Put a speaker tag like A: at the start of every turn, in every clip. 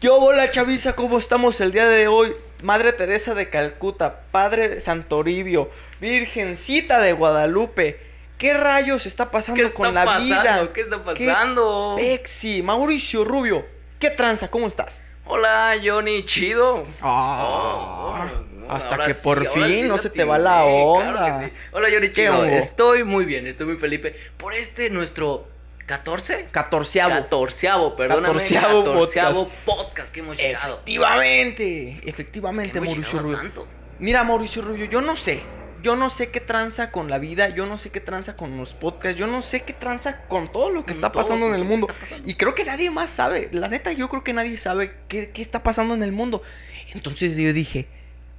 A: Yo, hola chaviza, ¿cómo estamos el día de hoy? Madre Teresa de Calcuta, Padre de Santoribio, Virgencita de Guadalupe. ¿Qué rayos está pasando
B: ¿Qué está
A: con la vida?
B: pasando? ¿Qué está pasando?
A: Pexi, Mauricio Rubio, ¿qué tranza? ¿Cómo estás?
B: Hola, Johnny, chido.
A: Ah,
B: Oh,
A: hasta
B: ahora
A: que
B: sí,
A: por
B: ahora
A: fin
B: sí
A: no
B: la
A: se te va la
B: atiné, claro
A: onda.
B: que sí. Hola, Johnny,
A: ¿Qué
B: chido.
A: hubo?
B: Estoy muy bien, estoy muy feliz. Por este, nuestro 14.
A: Catorceavo.
B: Catorceavo, perdóname.
A: Catorceavo
B: catorceavo podcast que hemos llegado.
A: Efectivamente, efectivamente,
B: Hemos
A: Mauricio
B: llegado
A: Rubio.
B: a tanto.
A: Mira, Mauricio Rubio, yo no sé. Yo no sé qué tranza con la vida, yo no sé qué tranza con los podcasts, yo no sé qué tranza con todo lo que
B: Con
A: está
B: todo,
A: pasando en el
B: con lo que
A: mundo.
B: está pasando.
A: Y creo que nadie más sabe. La neta, yo creo que nadie sabe qué, qué está pasando en el mundo. Entonces yo dije,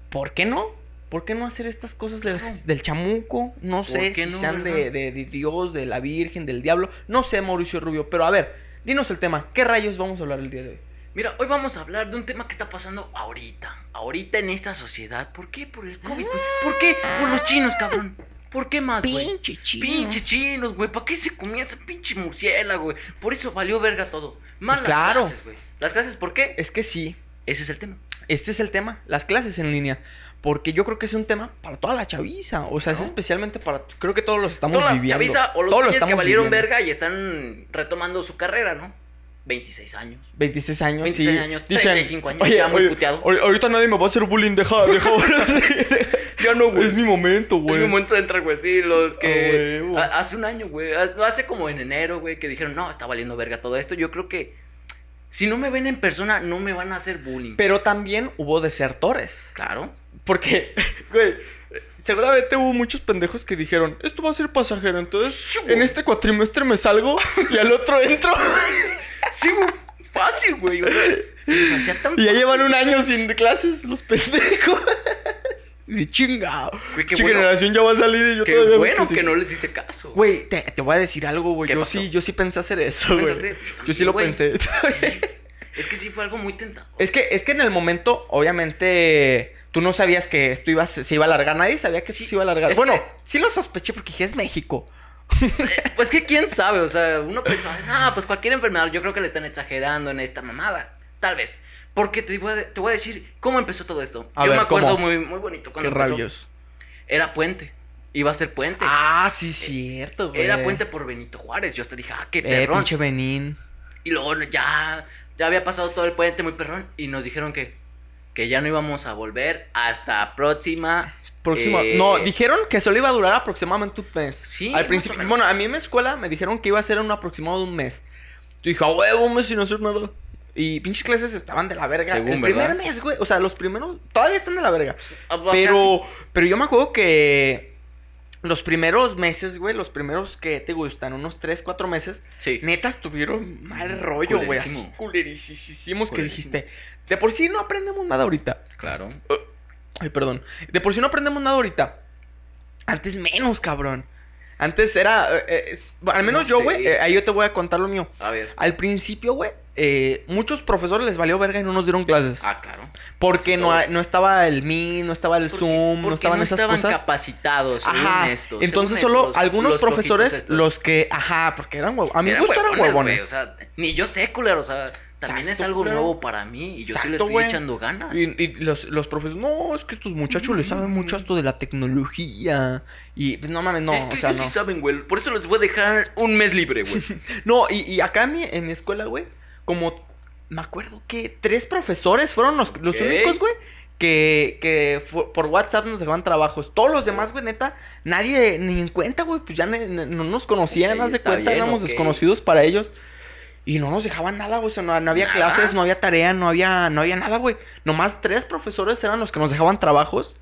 A: ¿por qué no? ¿Por qué no hacer estas cosas del,
B: Claro.
A: del chamuco? No sé si
B: qué no,
A: sean de,
B: verdad?
A: de- de Dios, de la Virgen, del diablo. No sé, Mauricio Rubio, pero a ver, dinos el tema. ¿Qué rayos vamos a hablar el día de hoy?
B: Mira, hoy vamos a hablar de un tema que está pasando ahorita. Ahorita en esta sociedad. ¿Por qué? Por el COVID,
A: Ah.
B: güey. ¿Por qué? Por los chinos, cabrón. ¿Por qué más, güey?
A: chino.
B: Pinche chinos, güey. ¿Para qué se comía ese pinche murciélago, güey? Por eso valió verga todo. Más
A: Pues
B: las
A: claro.
B: clases, güey. ¿Las clases por qué?
A: Es que sí,
B: Ese es el tema.
A: Este es el tema, las clases en línea. Porque yo creo que es un tema para toda la chaviza. O sea, es
B: ¿No?
A: especialmente para. Creo que todos los estamos
B: Todas las
A: viviendo.
B: chaviza o los
A: todos lo
B: niños que
A: estamos
B: valieron
A: viviendo.
B: verga y están retomando su carrera, ¿no? 26 años.
A: 26 años, sí.
B: 26 años,
A: Dicen,
B: 35 años, ya muy puteado".
A: ahor- ahorita nadie me va a hacer bullying, deja, deja ahora sí.
B: Ya no,
A: Es mi momento,
B: Es
A: güey.
B: mi momento de entrar, güey. Sí, los
A: A
B: que.
A: huevo.
B: ha- hace un año, güey. ha- no, Hace como en enero, güey, que dijeron, no, está valiendo verga todo esto. Yo creo que si no me ven en persona, no me van a hacer bullying.
A: Pero también hubo desertores.
B: claro.
A: Porque, güey, seguramente hubo muchos pendejos que dijeron, esto va a ser pasajero, entonces
B: Sí, güey.
A: en este cuatrimestre me salgo y al otro entro.
B: Sí, güey. Fácil, güey. O sea, se les hacía tan
A: Y ya
B: fácil.
A: llevan un año sin clases los pendejos. Sí, chingado.
B: Güey, qué
A: Che,
B: bueno.
A: generación ya va a salir y yo
B: Qué
A: todavía...
B: bueno
A: sí.
B: que no les hice caso.
A: Güey, te, te voy a decir algo, güey.
B: ¿Qué
A: Yo
B: pasó?
A: sí, yo sí pensé hacer eso, güey.
B: ¿Pensaste?
A: Yo sí lo
B: Güey.
A: pensé.
B: Es que sí fue algo muy tentador.
A: es, que, es que en el momento, obviamente, tú no sabías que esto iba, a se se iba a alargar. Nadie sabía que esto
B: Sí,
A: se iba a alargar.
B: es
A: Bueno,
B: que-
A: sí lo sospeché porque dije, es México.
B: Pues que quién sabe, o sea, uno pensaba, ah, pues cualquier enfermedad, yo creo que le están exagerando en esta mamada. Tal vez. Porque te voy a, de- te voy a decir cómo empezó todo esto.
A: A
B: yo
A: ver,
B: me acuerdo
A: ¿cómo?
B: muy, muy bonito cuando
A: Qué
B: empezó.
A: rabios.
B: Era puente. Iba a ser puente.
A: Ah, sí, cierto, güey.
B: Era puente por Benito Juárez. Yo hasta dije, ah, qué
A: Eh,
B: perrón.
A: pinche Benín.
B: y luego ya, ya había pasado todo el puente muy perrón. Y nos dijeron que, que ya no íbamos a volver hasta próxima.
A: Próximo.
B: eh,
A: No, dijeron que solo iba a durar aproximadamente un mes.
B: Sí, más
A: Al
B: o
A: principio.
B: menos.
A: Bueno, a mí en mi escuela me dijeron que iba a ser un aproximado de un mes. Yo dije, a huevo, un mes sin hacer nada. Y pinches clases estaban de la verga.
B: Según,
A: El primer
B: ¿verdad?
A: mes, güey. O sea, los primeros todavía están de la verga.
B: Pues, o sea,
A: Pero, pero yo me acuerdo que los primeros meses, güey, los primeros que te gustan, unos 3, 4 meses,
B: sí. sí.
A: neta estuvieron mal rollo, güey. Así
B: Culerísimo.
A: culerísimos que
B: Culerísimo.
A: dijiste. De por sí no aprendemos nada ahorita.
B: Claro.
A: Ay, perdón. De por sí no aprendemos nada ahorita. Antes menos, cabrón. Antes era. eh, eh, es- bueno, al menos
B: No
A: yo,
B: sé.
A: güey. eh, ahí yo te voy a contar lo mío.
B: A ver.
A: Al principio, güey, eh, muchos profesores les valió verga y no nos dieron clases.
B: Ah, claro.
A: porque
B: sí,
A: no,
B: todo.
A: ha- no estaba el Mi, no estaba el
B: Porque-
A: Zoom, no
B: porque
A: estaban esas cosas.
B: capacitados, según
A: Ajá.
B: esto, según
A: Entonces
B: esto,
A: solo
B: los-
A: algunos
B: los flojitos
A: profesores,
B: estos.
A: los que. Ajá, porque eran huevos. A mi
B: Eran
A: gusto eran
B: huevones, güey,
A: huevones.
B: o sea, ni yo sé, culero, o sea, también es
A: Exacto,
B: algo
A: culero.
B: nuevo para mí y yo sí
A: Exacto,
B: le estoy
A: güey.
B: echando ganas.
A: Y, y los, los profesores, no, es que estos muchachos les saben mucho a esto de la tecnología. Y pues no mames, no.
B: Mm. es que
A: o sea,
B: ellos
A: no.
B: sí saben, güey, por eso les voy a dejar un mes libre, güey.
A: No, y, y acá en mi, en mi escuela, güey, como me acuerdo que tres profesores fueron los, los
B: Ok.
A: únicos, güey, que, que fu- por WhatsApp nos dejaban trabajos. Todos los demás, güey, neta, nadie ni en cuenta, güey, pues ya ne- ne- no nos conocían,
B: Ok,
A: haz de
B: está
A: cuenta,
B: bien,
A: éramos
B: ok.
A: desconocidos para ellos. Y no nos dejaban nada, güey. O sea, no, no había
B: Nada.
A: clases, no había tarea, no había, no había nada, güey. Nomás tres profesores eran los que nos dejaban trabajos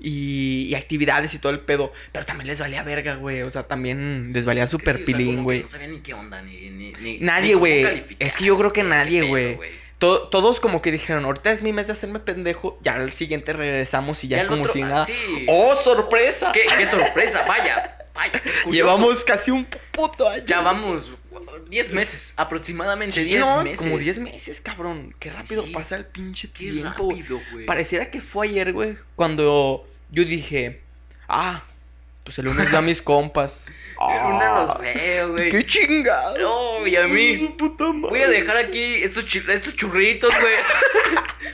A: y, y actividades y todo el pedo. Pero también les valía verga, güey. O sea, también les valía
B: Que sí, o sea,
A: súper
B: como
A: pilín,
B: que
A: güey.
B: No sabían ni qué onda, ni... ni, ni- ni
A: Nadie,
B: cómo
A: güey.
B: calificar,
A: Es que yo creo que
B: qué
A: nadie,
B: pedo,
A: güey. To- todos como que dijeron, ahorita es mi mes de hacerme pendejo, ya al siguiente regresamos y ya,
B: Ya el
A: como
B: otro-
A: si nada.
B: sí.
A: ¡Oh, sorpresa!
B: Qué, qué sorpresa, vaya, vaya. qué curioso.
A: Llevamos casi un puto año.
B: Ya vamos 10 meses, aproximadamente
A: Sí,
B: 10
A: ¿no?
B: meses.
A: Como 10 meses, cabrón. Qué rápido
B: Sí.
A: pasa el pinche
B: Qué
A: tiempo. güey.
B: rápido, güey.
A: Pareciera que fue ayer, güey, cuando yo dije, ah, Pues el lunes veo a mis compas. Ah,
B: El lunes los veo, güey.
A: ¡Qué chingado!
B: No, y a mí.
A: Puta madre.
B: Voy a dejar aquí estos, chir- estos churritos, güey.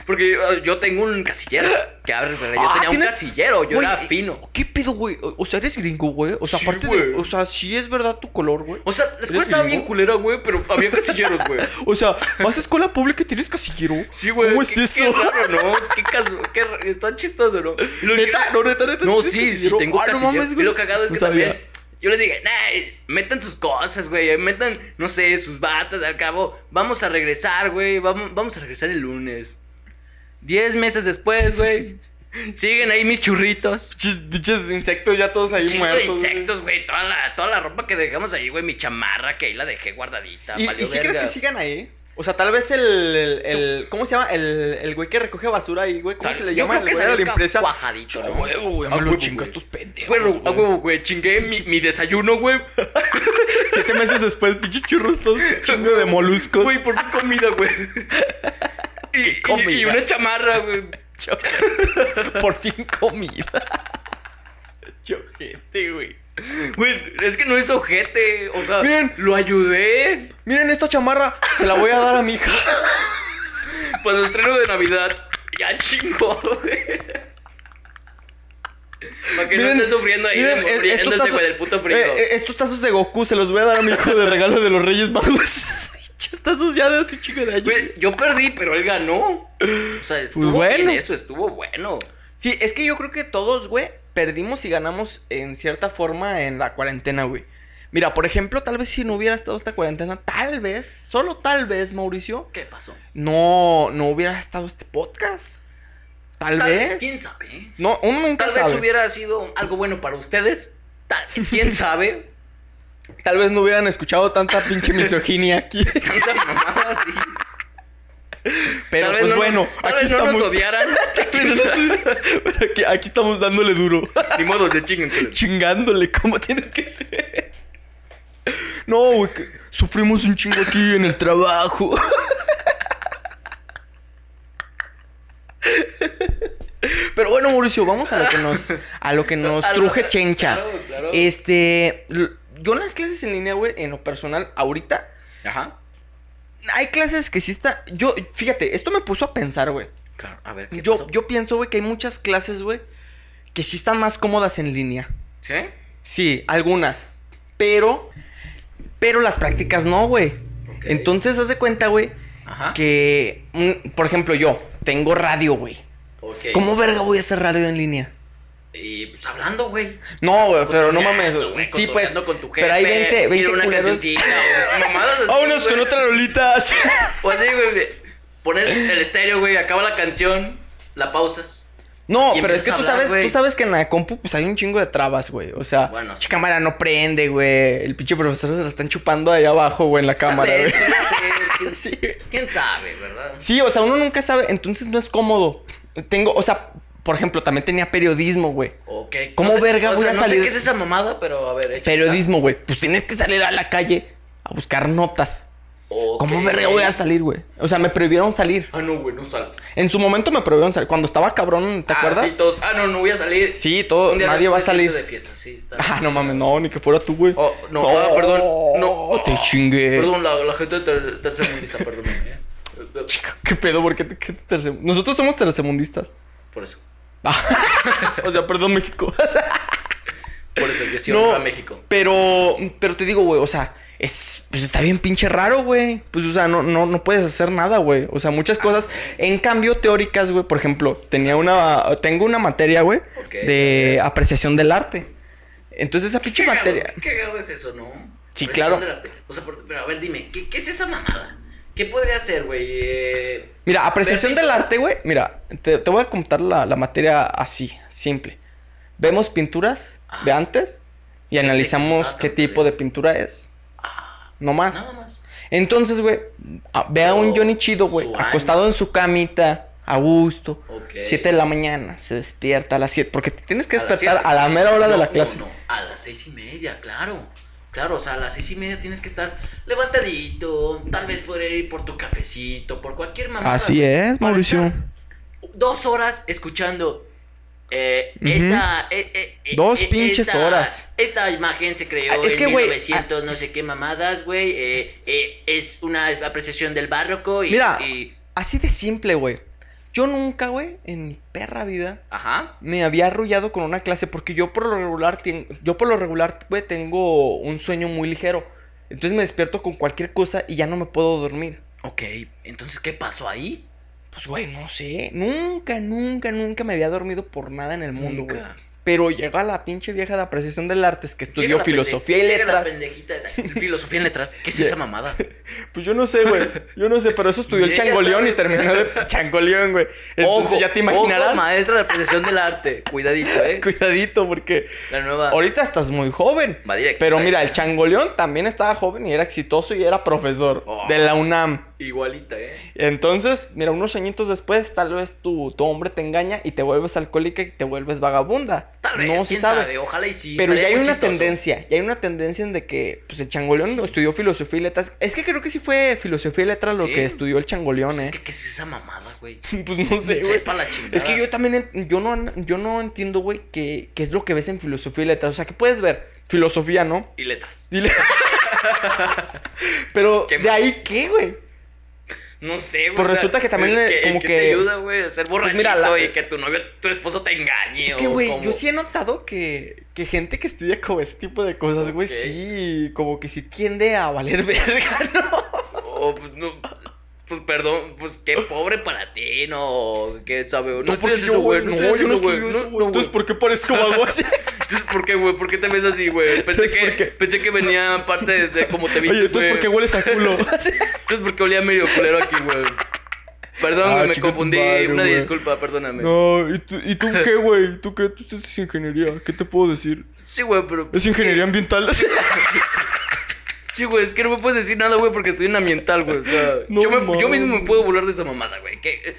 B: Porque yo, yo tengo un casillero. Que abres, güey. Yo
A: Ah,
B: tenía
A: tienes-
B: un casillero, yo
A: Güey,
B: era
A: eh,
B: fino.
A: ¿Qué pedo, güey? O o sea, eres gringo, güey. O sea,
B: Sí,
A: aparte
B: güey.
A: de. O sea, sí es verdad tu color, güey.
B: O sea, la escuela
A: ¿Eres
B: estaba
A: gringo?
B: bien culera, güey, pero había casilleros, güey.
A: O sea, vas a escuela pública y tienes casillero.
B: Sí, güey.
A: ¿Cómo es
B: qué-
A: eso?
B: Qué raro, ¿no? Qué caso, qué ra- Está chistoso, ¿no? Y lo que-
A: Neta, no, neta, neta.
B: No,
A: tienes
B: sí, sí,
A: casillero.
B: tengo
A: Ah, no
B: casillero.
A: mames, güey.
B: Y lo cagado es
A: No
B: que
A: sabía.
B: también yo les dije, "Nah, metan sus cosas, güey, metan, no sé, sus batas, al cabo, vamos a regresar, güey, vamos, vamos a regresar el lunes. Diez meses después, güey, siguen ahí mis churritos.
A: Pinches- Pinches insectos ya todos ahí
B: Chingo de
A: muertos. güey.
B: insectos, güey, toda la, toda la ropa que dejamos ahí, güey, mi chamarra que ahí la dejé guardadita.
A: ¿Y,
B: valió
A: y si crees
B: verga.
A: que sigan ahí? O sea, tal vez el. el, el- ¿Cómo se llama? El, el güey que recoge basura ahí, güey. ¿Cómo
B: Sal-
A: se le
B: yo
A: llama?
B: creo que
A: el güey
B: salió
A: de limpieza.
B: cuajadito, ¿no? A huevo, güey.
A: pendejos.
B: Güey, a huevo, güey, chingué mi, mi desayuno, güey.
A: Siete meses después, pinches churros todos chingo de moluscos.
B: Güey, por mi comida, güey. Y, y-
A: comida?
B: y una chamarra, güey.
A: Por fin comida. Yo, gente, güey.
B: Güey, es que no es ojete. O sea,
A: Miren.
B: lo ayudé
A: Miren esta chamarra, se la voy a dar a mi hija.
B: para su Pues, estreno de Navidad. Ya chingó, güey. Para que
A: Miren,
B: no esté sufriendo ahí,
A: miren,
B: de
A: es-
B: muriéndose,
A: estos tazos-
B: güey, del puto frío.
A: eh, eh, estos tazos de Goku se los voy a dar a mi hijo de regalo de los Reyes Magos. Pinches tazos ya de hace un chingo de años.
B: Güey, yo perdí, pero él ganó. O sea, estuvo
A: Pues bueno.
B: bien eso, estuvo bueno.
A: Sí, es que yo creo que todos, güey, perdimos y ganamos en cierta forma en la cuarentena, güey. Mira, por ejemplo, tal vez si no hubiera estado esta cuarentena, tal vez, solo tal vez, Mauricio,
B: ¿Qué pasó?
A: no, no hubiera estado este podcast. Tal, vez.
B: ¿Quién sabe?
A: No, uno nunca
B: Tal
A: sabe.
B: vez hubiera sido algo bueno para ustedes. Tal vez, quién sabe.
A: Tal vez no hubieran escuchado tanta pinche misoginia aquí.
B: Tanta mamada así.
A: Pero
B: Tal vez
A: pues
B: no
A: bueno,
B: nos- tal
A: aquí
B: vez no
A: estamos.
B: nos odiaran.
A: Pero aquí, aquí estamos dándole duro.
B: Ni modo, de chinguen. culeros.
A: chingándole como tiene que ser. No, güey, que sufrimos un chingo aquí en el trabajo. Pero bueno, Mauricio, vamos a lo que nos a lo que nos
B: Claro,
A: truje chencha.
B: claro, claro.
A: Este, l- yo en las clases en línea, güey, en lo personal ahorita
B: Ajá.
A: hay clases que sí está yo fíjate, esto me puso a pensar, güey.
B: Claro, a ver, ¿qué
A: Yo
B: pasó?
A: yo pienso, güey, que hay muchas clases, güey, que sí están más cómodas en línea.
B: ¿Sí?
A: Sí, algunas. Pero, pero las prácticas no, güey.
B: Ok. Ah.
A: Entonces, haz de cuenta, güey,
B: Ajá.
A: que, mm, por ejemplo, yo tengo radio, güey.
B: Ok.
A: ¿Cómo verga voy a hacer radio en línea?
B: Y pues hablando, güey.
A: No, güey, pero no mames.
B: Cotorreando, güey,
A: Sí, pues.
B: cotorreando con tu
A: pero hay
B: jefe,
A: 20, 20
B: mira una
A: culeros.
B: cancioncita, o mamadas así,
A: Vámonos con
B: güey.
A: otras rolitas.
B: O así, güey. de- Pones el estéreo, güey, acaba la canción, la pausas.
A: No,
B: Y
A: pero es que
B: empiezas a
A: tú
B: hablar,
A: sabes,
B: güey.
A: tú sabes que en la compu pues hay un chingo de trabas, güey. O sea,
B: Bueno, sí.
A: la cámara no prende, güey. El pinche profesor se la están chupando ahí abajo, güey, en la cámara,
B: Tal
A: güey.
B: vez, puede ser, ¿quién,
A: Sí,
B: quién sabe, verdad?
A: Sí, o sea, uno nunca sabe, entonces no es cómodo. Tengo, o sea, por ejemplo, también tenía periodismo, güey.
B: Ok.
A: ¿Cómo
B: no sé-
A: verga
B: o
A: voy
B: sea,
A: a
B: no
A: salir?
B: sé qué es esa mamada, pero a ver, échala.
A: Periodismo, güey. Pues tienes que salir a la calle a buscar notas.
B: Ok.
A: ¿Cómo verga voy a salir, güey? O sea, me prohibieron salir.
B: Ah, no, güey, no sales.
A: En su momento me prohibieron salir. Cuando estaba cabrón, ¿te
B: Ah,
A: acuerdas?
B: sí, todos. Ah, no, no voy a salir.
A: Sí, todo,
B: Un día
A: nadie va a
B: después irte
A: salir.
B: De fiesta, sí, está.
A: Ah, no mames, no, ni que fuera tú, güey.
B: Oh, no, ah, perdón, no.
A: te chingué.
B: Perdón, la, la gente ter- tercermundista, perdón. ¿eh?
A: Chica, ¿Qué pedo? ¿Por qué, te- qué tercer- Nosotros somos tercermundistas.
B: Por eso.
A: Ah, o sea, perdón, México.
B: Por eso, yo sí
A: No,
B: honro a México.
A: Pero, pero te digo, güey, o sea, es, pues está bien pinche raro, güey. Pues, o sea, no, no, no puedes hacer nada, güey. O sea, muchas
B: Ah.
A: cosas. En cambio, teóricas, güey, por ejemplo, tenía una, tengo una materia, güey,
B: Ok,
A: de apreciación del arte. Entonces, esa pinche
B: cagado,
A: materia.
B: qué cagado es eso, ¿no?
A: Sí,
B: Pero
A: claro.
B: eso de la tele. O sea, por- pero a ver, dime, ¿qué, qué es esa mamada? ¿Qué podría ser, güey? Eh,
A: Mira, apreciación del
B: Vertitos.
A: arte, güey. Mira, te, te voy a contar la, la materia así, simple. Vemos pinturas de
B: Ah.
A: antes y analizamos
B: Ah,
A: qué
B: también.
A: tipo de pintura es.
B: ah,
A: No más.
B: nada más.
A: Entonces, güey, a- ve a un
B: Pero
A: Johnny chido, güey,
B: su
A: acostado en su camita, a gusto,
B: Ok.
A: 7 de la mañana, se despierta a las 7, porque te tienes que
B: A las
A: despertar
B: siete.
A: a la mera hora de
B: No,
A: la
B: no,
A: clase.
B: no, a las seis y media, claro. Claro, o sea, a las seis y media tienes que estar levantadito, tal vez poder ir por tu cafecito, por cualquier mamada.
A: Así
B: güey,
A: es,
B: para
A: Mauricio.
B: estar Dos horas escuchando eh, esta, eh, eh, eh,
A: Dos
B: eh,
A: pinches
B: esta-
A: horas.
B: Esta imagen se creó
A: Ah, es
B: en
A: que, güey,
B: 1900, no sé qué mamadas, güey. eh, eh, es una apreciación del barroco y.
A: Mira,
B: y-
A: así de simple, güey. Yo nunca, güey, en mi perra vida
B: ajá.
A: me había arrullado con una clase porque yo por lo regular, tien- yo por lo regular, güey, tengo un sueño muy ligero. Entonces me despierto con cualquier cosa y ya no me puedo dormir.
B: Ok, entonces, ¿qué pasó ahí?
A: Pues, güey, no sé. Nunca, nunca, nunca me había dormido por nada en el mundo, güey.
B: Nunca.
A: Pero llega la pinche vieja de apreciación del arte que
B: Llega
A: estudió
B: la
A: filosofía y
B: pende- llega la
A: letras.
B: pendejita esa, filosofía y letras. ¿Qué es
A: Ye-
B: esa mamada?
A: Pues yo no sé, güey. Yo no sé, pero eso estudió el
B: Llega,
A: changoleón y
B: ¿sabes?
A: terminó de changoleón, güey. Entonces
B: Ojo,
A: ya te imaginarás.
B: ojo, maestra de apreciación del arte. Cuidadito, eh.
A: Cuidadito, porque
B: La nueva.
A: ahorita estás muy joven.
B: Va ¿eh? directo.
A: Pero mira, el changoleón también estaba joven y era exitoso y era profesor
B: Oh.
A: de la UNAM.
B: Igualita, eh.
A: Entonces, mira, unos añitos después, tal vez tu, tu hombre te engaña y te vuelves alcohólica y te vuelves vagabunda.
B: Tal vez,
A: no se
B: quién
A: sabe.
B: sabe. Ojalá y sí.
A: Pero ya
B: estaría
A: hay
B: muy
A: una
B: chistoso.
A: tendencia, ya hay una tendencia en de que pues el changoleón estudió filosofía y letras. Es que creo que sí fue filosofía y letras lo
B: Sí.
A: que estudió el changoleón,
B: Pues
A: eh.
B: es que, ¿qué es esa mamada, güey?
A: Pues no sé, güey.
B: Sepa la chingada.
A: Es que yo también, en- yo no, yo no entiendo, güey, qué, qué es lo que ves en filosofía y letras. O sea, que puedes ver filosofía, ¿no?
B: Y letras.
A: Y le- Pero,
B: Qué
A: ¿de
B: mal.
A: ahí qué, güey?
B: No sé, güey.
A: Pues
B: o sea,
A: resulta que también le-
B: ¿qué-
A: como
B: qué
A: que- pues
B: te ayuda, güey, a ser borrachito
A: mira, la-
B: y que tu novio, tu esposo te engañe.
A: Es que,
B: o
A: güey,
B: como-
A: yo sí he notado que, que gente que estudia como ese tipo de cosas, güey,
B: Ok.
A: sí, como que sí tiende a valer verga, ¿no?
B: o, pues, no, pues perdón, pues qué pobre para ti, no. ¿Qué sabe? No, estudias eso, güey. No, estudias eso, güey. No, no, güey.
A: Entonces, ¿por qué parezco algo así?
B: Entonces, ¿por qué, güey? ¿Por qué te ves así, güey? Pensé,
A: Entonces, ¿por
B: que,
A: qué?
B: pensé que venía parte de, de cómo te viste.
A: Oye, entonces, ¿por qué hueles a culo?
B: Entonces, ¿por qué olía medio culero aquí, güey? Perdón,
A: Ah,
B: güey, me
A: chica tu
B: confundí.
A: madre,
B: Una
A: güey.
B: disculpa, perdóname.
A: No, ¿y tú, ¿y tú qué, güey? ¿Tú qué? Tú estudias ingeniería. ¿Qué te puedo decir?
B: Sí, güey, pero.
A: Es ingeniería ambiental.
B: Sí, güey, es que no me puedes decir nada, güey, porque estoy en ambiental, güey. O sea,
A: No
B: yo, me- yo mismo me
A: mames.
B: puedo burlar de esa mamada, güey. Que, eh,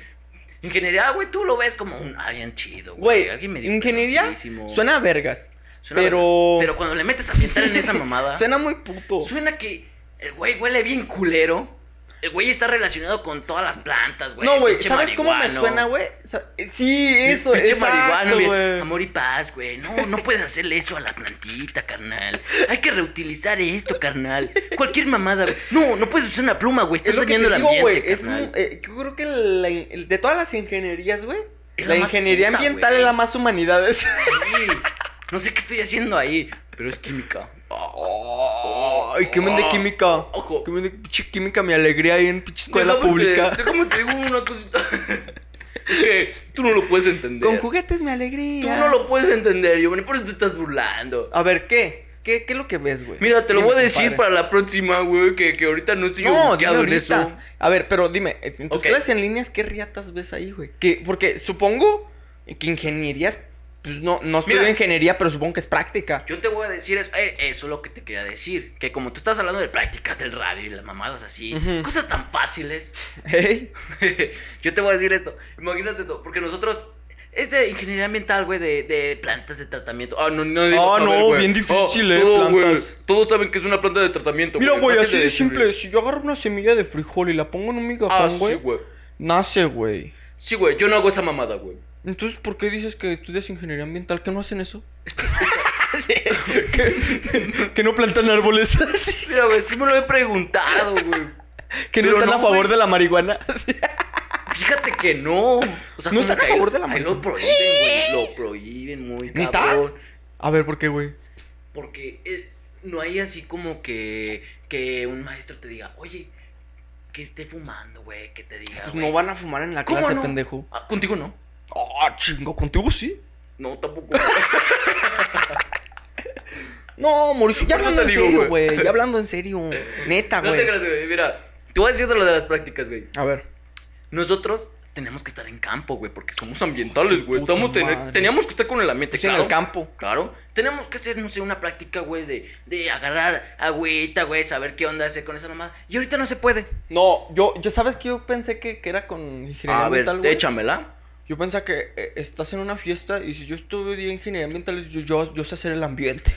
B: ingeniería, güey, tú lo ves como un alguien chido, güey.
A: Güey,
B: Alguien medio
A: ingeniería
B: peloncísimo.
A: suena a vergas.
B: Suena-
A: pero-
B: Pero cuando le metes a ambiental en esa mamada.
A: Suena muy puto.
B: Suena que el güey huele bien culero. El güey está relacionado con todas las plantas, güey.
A: no, güey,
B: Pinche
A: ¿sabes cómo me
B: marihuano.
A: suena, güey? Sa- Sí, eso,
B: Pinche
A: exacto,
B: marihuano, bien.
A: güey.
B: Amor y paz, güey. No, no puedes hacerle eso a la plantita, carnal. Hay que reutilizar esto, carnal. Cualquier mamada, güey. No, no puedes usar una pluma, güey. Estás
A: Es lo que
B: dañando
A: te
B: el
A: digo,
B: ambiente,
A: güey. Es
B: carnal.
A: un- eh, yo creo que la- el- de todas las ingenierías, güey,
B: Es
A: la,
B: la más
A: ingeniería
B: puta,
A: ambiental
B: güey.
A: es la más humanidades.
B: Sí. No sé qué estoy haciendo ahí, pero es química.
A: Ay, qué men de química.
B: Oh, Ojo.
A: Qué men de pinche química, mi alegría ahí en pinche escuela
B: Déjame te-
A: pública.
B: déjame te digo una cosita. es que tú no lo puedes entender.
A: Con juguetes, mi
B: Tú
A: alegría.
B: no lo puedes entender, Giovanni, por eso te estás burlando.
A: A ver, ¿qué? ¿Qué, qué es lo que ves, güey?
B: Mira, te lo
A: Dime,
B: voy a decir
A: compadre.
B: para la próxima, güey, que, que ahorita no estoy
A: No, dime
B: ubicado en
A: ahorita.
B: eso.
A: A ver, pero dime, eh, en tus
B: Ok.
A: clases en líneas, ¿qué riatas ves ahí, güey? Que, porque supongo que ingenierías, pues no, no estudio
B: Mira.
A: ingeniería, pero supongo que es práctica.
B: Yo te voy a decir eso, eh, eso es lo que te quería decir. Que como tú estás hablando de prácticas del radio y las mamadas así,
A: Ujú.
B: cosas tan fáciles,
A: Ey,
B: yo te voy a decir esto. Imagínate esto, porque nosotros. Es de ingeniería ambiental, güey, de, de plantas de tratamiento. Ah, no, no.
A: Ah, no, bien difícil, eh, plantas.
B: Oh, todos saben que es una planta de tratamiento.
A: Mira, güey,
B: fácil
A: así de
B: descubrir.
A: simple. Si yo agarro una semilla de frijol y la pongo en un
B: Ah,
A: migajón,
B: sí,
A: güey,
B: güey.
A: nace, güey.
B: Sí, güey, yo no hago esa mamada, güey.
A: Entonces, ¿por qué dices que estudias ingeniería ambiental? ¿Que no hacen eso?
B: Es que- Ah,
A: que, que no plantan árboles.
B: Mira, güey, sí me lo he preguntado, güey.
A: que no
B: Pero
A: están
B: no,
A: a favor
B: güey.
A: de la marihuana.
B: Fíjate que no. O sea,
A: No
B: como
A: están a
B: que ahí-
A: favor de la
B: ahí
A: marihuana.
B: lo prohíben, güey. Lo prohíben muy
A: ¿Neta?
B: cabrón.
A: a ver, ¿por qué, güey?
B: Porque eh, no hay así como que, que un maestro te diga, oye, que esté fumando, güey, que te diga.
A: Pues
B: Ah, güey".
A: no van a fumar en la
B: ¿Cómo
A: clase,
B: no?
A: pendejo.
B: Ah, contigo no.
A: Ah, chingo, contigo sí.
B: No, tampoco. güey.
A: No, Mauricio, ya
B: Por eso
A: hablando en
B: te digo,
A: serio,
B: güey.
A: güey. Ya hablando en serio. Neta,
B: no te
A: güey.
B: creas, güey. Mira, te voy a decir lo de las prácticas, güey.
A: a ver.
B: Nosotros tenemos que estar en campo, güey, porque somos ambientales,
A: su
B: güey.
A: puta
B: Estamos tener-
A: madre.
B: teníamos que estar con el ambiente,
A: Pues en
B: claro.
A: el campo.
B: Claro, tenemos que hacer, no sé, una práctica, güey, de, de agarrar agüita, güey, saber qué onda hacer con esa mamada. Y ahorita no se puede.
A: No, yo, yo sabes que yo pensé que, que era con ingeniería
B: A ver,
A: ambiental, güey.
B: échamela.
A: Yo pensé que eh, estás en una fiesta y si yo estudié ingeniería ambiental, yo, yo, yo sé hacer el ambiente.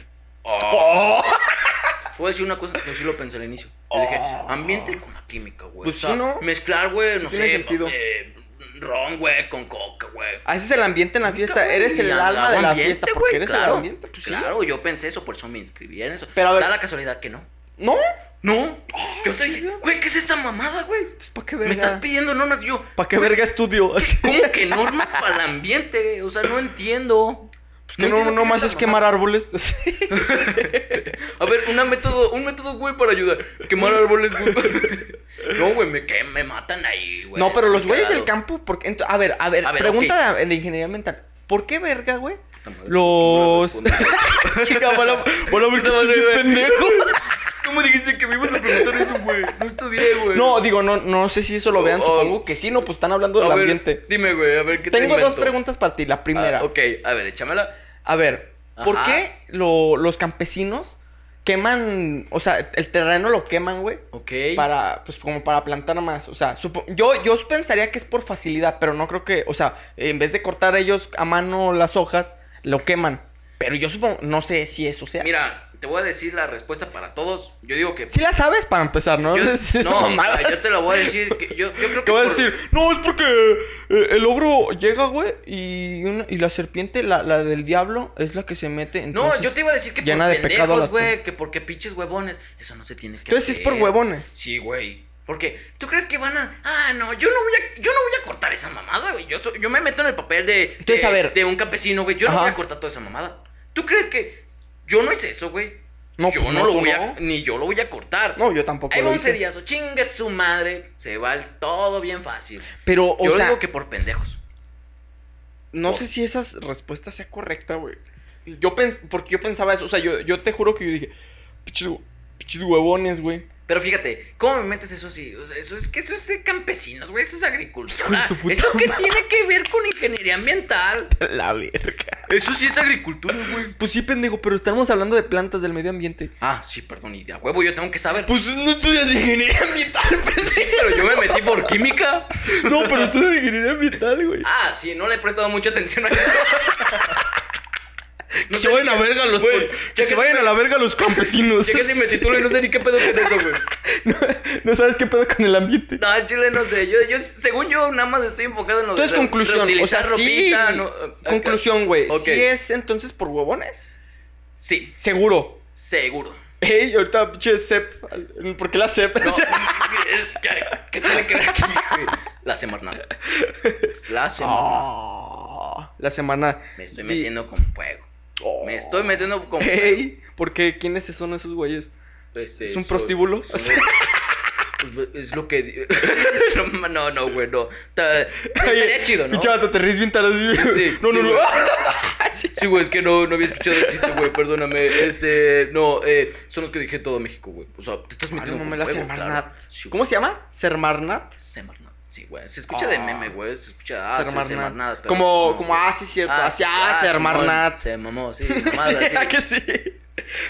A: Oh,
B: Te Voy a decir una cosa, yo sí lo pensé al inicio. Yo dije, ambiente con la química, güey.
A: Oh. Pues
B: O sea,
A: sí, ¿no?
B: Mezclar, güey, no
A: tiene
B: sé,
A: sentido.
B: eh, ron, güey, con coca, güey. güey.
A: Haces el ambiente en la fiesta.
B: Nunca, güey,
A: eres el
B: ni
A: alma
B: hago
A: de la
B: ambiente,
A: fiesta.
B: güey,
A: Porque eres el
B: claro,
A: ambiente. Pues, sí.
B: Claro, yo pensé eso, por eso me inscribí en eso.
A: Pero, a ver-
B: Da la casualidad que no.
A: No.
B: No. yo te dije,
A: chido.
B: güey, ¿qué es esta mamada, güey?
A: Pues, ¿Para qué
B: Me estás
A: verga?
B: pidiendo normas y yo.
A: ¿Para qué verga estudio? Así.
B: ¿Cómo que normas para el ambiente? O sea, no entiendo.
A: Pues que no, no,
B: entiendo qué
A: más
B: esta
A: es quemar árboles. así.
B: mamada. A ver, una método, un método, güey, para ayudar. Quemar árboles, güey. No, güey, me, que- me matan ahí, güey.
A: no, pero los güeyes del
B: Cagado.
A: campo. Porque, ento- a ver, a ver,
B: A ver,
A: pregunta de, de ingeniería mental. ¿Por qué verga, güey?
B: Puta madre,
A: Los.
B: no me respondes.
A: Chica, van a, van a ver que
B: No,
A: estoy bien
B: güey.
A: pendejo.
B: ¿Cómo dijiste que me ibas a preguntar eso, güey? No estudié, güey.
A: No, digo, no, no sé si eso lo vean.
B: Oh, oh.
A: Supongo que sí, no, pues están hablando del
B: A ver,
A: ambiente.
B: Dime, güey, a ver qué te
A: Tengo dos
B: invento?
A: preguntas para ti. La primera.
B: Ah, ok, a ver, échamela.
A: A ver, ¿por
B: Ajá.
A: qué lo- los campesinos queman, o sea, el terreno lo queman, güey?
B: Ok.
A: Para, pues como para plantar más. O sea, supo- yo, yo pensaría que es por facilidad, pero no creo que, o sea, en vez de cortar ellos a mano las hojas, lo queman. Pero yo supongo, no sé si eso sea.
B: Mira, te voy a decir la respuesta para todos. Yo digo que.
A: Si la sabes para empezar, ¿no?
B: Yo- no,
A: Mamadas.
B: yo te lo voy a decir. que yo, yo creo que.
A: ¿Qué va a
B: por-
A: decir? No, es porque eh, el ogro llega, güey, y, una- y la serpiente, la, la del diablo, es la que se mete.
B: No,
A: Entonces,
B: yo te iba a decir que
A: llena
B: por
A: de pecado a
B: pendejos,
A: las
B: güey, que porque pinches huevones. Eso no se tiene que
A: Entonces,
B: hacer.
A: es por huevones.
B: Sí, güey. Porque, ¿tú crees que van a.? Ah, no, yo no voy a, yo no voy a cortar esa mamada, güey. Yo, soy- yo me meto en el papel de.
A: Entonces,
B: de-
A: a ver.
B: De un campesino, güey. Yo no
A: Ajá.
B: voy a cortar toda esa mamada. ¿Tú crees que.? Yo no hice eso, güey.
A: No,
B: yo
A: pues
B: no,
A: no,
B: lo
A: tú
B: voy
A: no.
B: a. Ni yo lo voy a cortar.
A: No, yo tampoco
B: Ahí
A: lo
B: va un
A: hice.
B: seriazo. oh, Chingue su madre. Se va el todo bien fácil.
A: Pero, o
B: yo
A: sea,
B: digo que por pendejos.
A: no sé si esa respuesta sea correcta, güey. Yo pens porque yo pensaba eso, o sea, yo, yo te juro que yo dije, pichis, hue- pichis huevones, güey.
B: Pero fíjate, ¿cómo me metes eso sí? O sea, eso es que eso es de campesinos, güey, eso es
A: Hijo de
B: agricultura.
A: tu puta
B: ¿Eso qué tiene que ver con ingeniería ambiental?
A: La verga.
B: Eso sí es agricultura, güey.
A: Pues sí, pendejo, pero estamos hablando de plantas del medio ambiente.
B: Ah, sí, perdón, y de a huevo yo tengo que saber.
A: Pues no estudias ingeniería ambiental,
B: Sí,
A: pendejo.
B: pero yo me metí por química.
A: No, pero estudias ingeniería ambiental, güey.
B: Ah, sí, no le he prestado mucha atención a eso.
A: que se vayan a verga los
B: Güey,
A: pol-
B: ya
A: que
B: que
A: se vayan
B: se
A: a
B: me-
A: la verga los campesinos.
B: Ya casi me titulo y no sé ni qué pedo con eso, güey.
A: no, no sabes qué pedo con el ambiente.
B: No, al chile no sé. Yo, yo, según yo, nada más estoy enfocado en lo
A: Entonces,
B: de re-
A: conclusión, o sea,
B: reutilizar
A: sí.
B: ropita, no, eh, acá.
A: conclusión, güey.
B: Ok.
A: ¿Sí es entonces por huevones?
B: Sí,
A: Seguro.
B: seguro.
A: Ey, ahorita pinche CEP. ¿Por qué la CEP?
B: No, ¿qué, qué tiene que ver aquí? güey? La semarnat. La semarnat.
A: Ah, la semana.
B: Me estoy
A: Di-
B: metiendo con fuego.
A: Oh.
B: Me estoy metiendo con fuego.
A: Ey, ¿por qué? ¿Quiénes son esos güeyes?
B: Este,
A: ¿Es un
B: soy-
A: prostíbulo?
B: soy- Pues, Es lo que. di- No, no, no, güey, no. Ta- Estaría chido, ¿no?
A: Pinche vato, te ríes bien tarde así.
B: Sí,
A: no,
B: sí,
A: no, no.
B: güey. Sí, güey, es que no, no había escuchado el chiste, güey, perdóname. Este, no, eh, son los que dije todo México, güey. O sea, te estás
A: Ah, no
B: metiendo con
A: me la
B: fuego,
A: Semarnat.
B: claro. Sí,
A: ¿Cómo se llama? ¿Sermarnat?
B: Semarnat. Sí, güey. Se escucha de
A: Ah.
B: meme, güey. Se escucha. Ah,
A: Semarnat.
B: sí, Semarnat. pero
A: Como-
B: no,
A: como,
B: güey.
A: ah, sí, cierto, así, ah,
B: sí,
A: Semarnat.
B: Simón, Se mamó, sí.
A: Sí,
B: Mamada,
A: ¿a
B: sí.
A: que sí?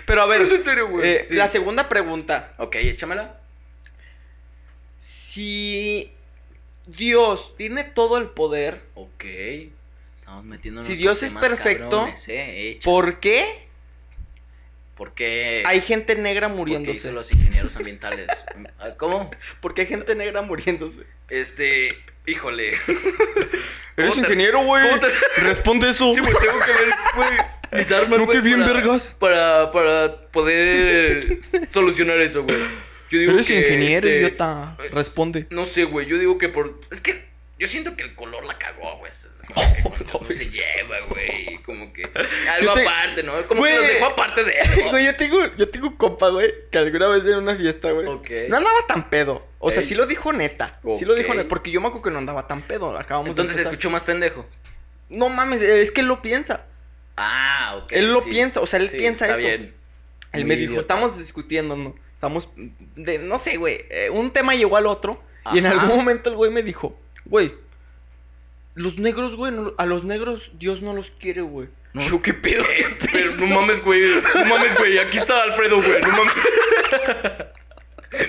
A: Pero a ver,
B: Pero es en serio, güey,
A: eh,
B: sí.
A: la segunda pregunta.
B: Ok, échamela.
A: Si Dios tiene todo el poder,
B: Ok. Estamos metiendo.
A: Si Dios es perfecto,
B: por...
A: ¿por qué
B: eh, qué?
A: hay gente negra
B: por qué dicen
A: muriéndose?
B: los ingenieros ambientales. Ah, ¿Cómo?
A: ¿Por qué hay gente negra muriéndose?
B: Este. Híjole.
A: Eres
B: te-
A: ingeniero, güey.
B: cómo te-
A: Responde eso.
B: Sí, güey, tengo que ver, güey. Mis armas,
A: No,
B: güey,
A: qué bien,
B: para-
A: vergas.
B: Para, para poder solucionar eso, güey. Yo digo
A: Eres
B: que,
A: ingeniero,
B: este,
A: idiota. Responde.
B: No sé, güey. Yo digo que por. Es que. Yo siento que el color la cagó, güey. este, Es como que cuando no se lleva, güey. Como que. Algo
A: Yo te-
B: aparte, ¿no? Como que
A: Güey.
B: los dejó aparte de él.
A: Güey, yo tengo, yo tengo un compa, güey, que alguna vez en una fiesta, güey.
B: Ok.
A: No andaba tan pedo. O sea,
B: Ey.
A: sí lo dijo neta. Sí lo dijo
B: Ok.
A: neta. Porque yo me acuerdo que no andaba tan pedo. Acabamos
B: Entonces
A: de
B: se
A: empezar.
B: escuchó más pendejo.
A: No mames, eh, es que él lo piensa.
B: Ah, ok.
A: Él lo
B: sí.
A: piensa, o sea, él piensa
B: está
A: eso.
B: Bien.
A: Él me
B: Muy
A: dijo,
B: idiota.
A: estamos discutiendo, ¿no? Estamos, de, no sé, güey, eh, un tema llegó al otro y en
B: Ajá.
A: algún momento el güey me dijo, güey, los negros, güey, no- a los negros Dios no los quiere, güey.
B: No.
A: Yo, ¿qué pedo? ¿Qué
B: Eh,
A: pedo?"
B: Pero no mames, güey. No mames, güey. Aquí está Alfredo, güey. No mames.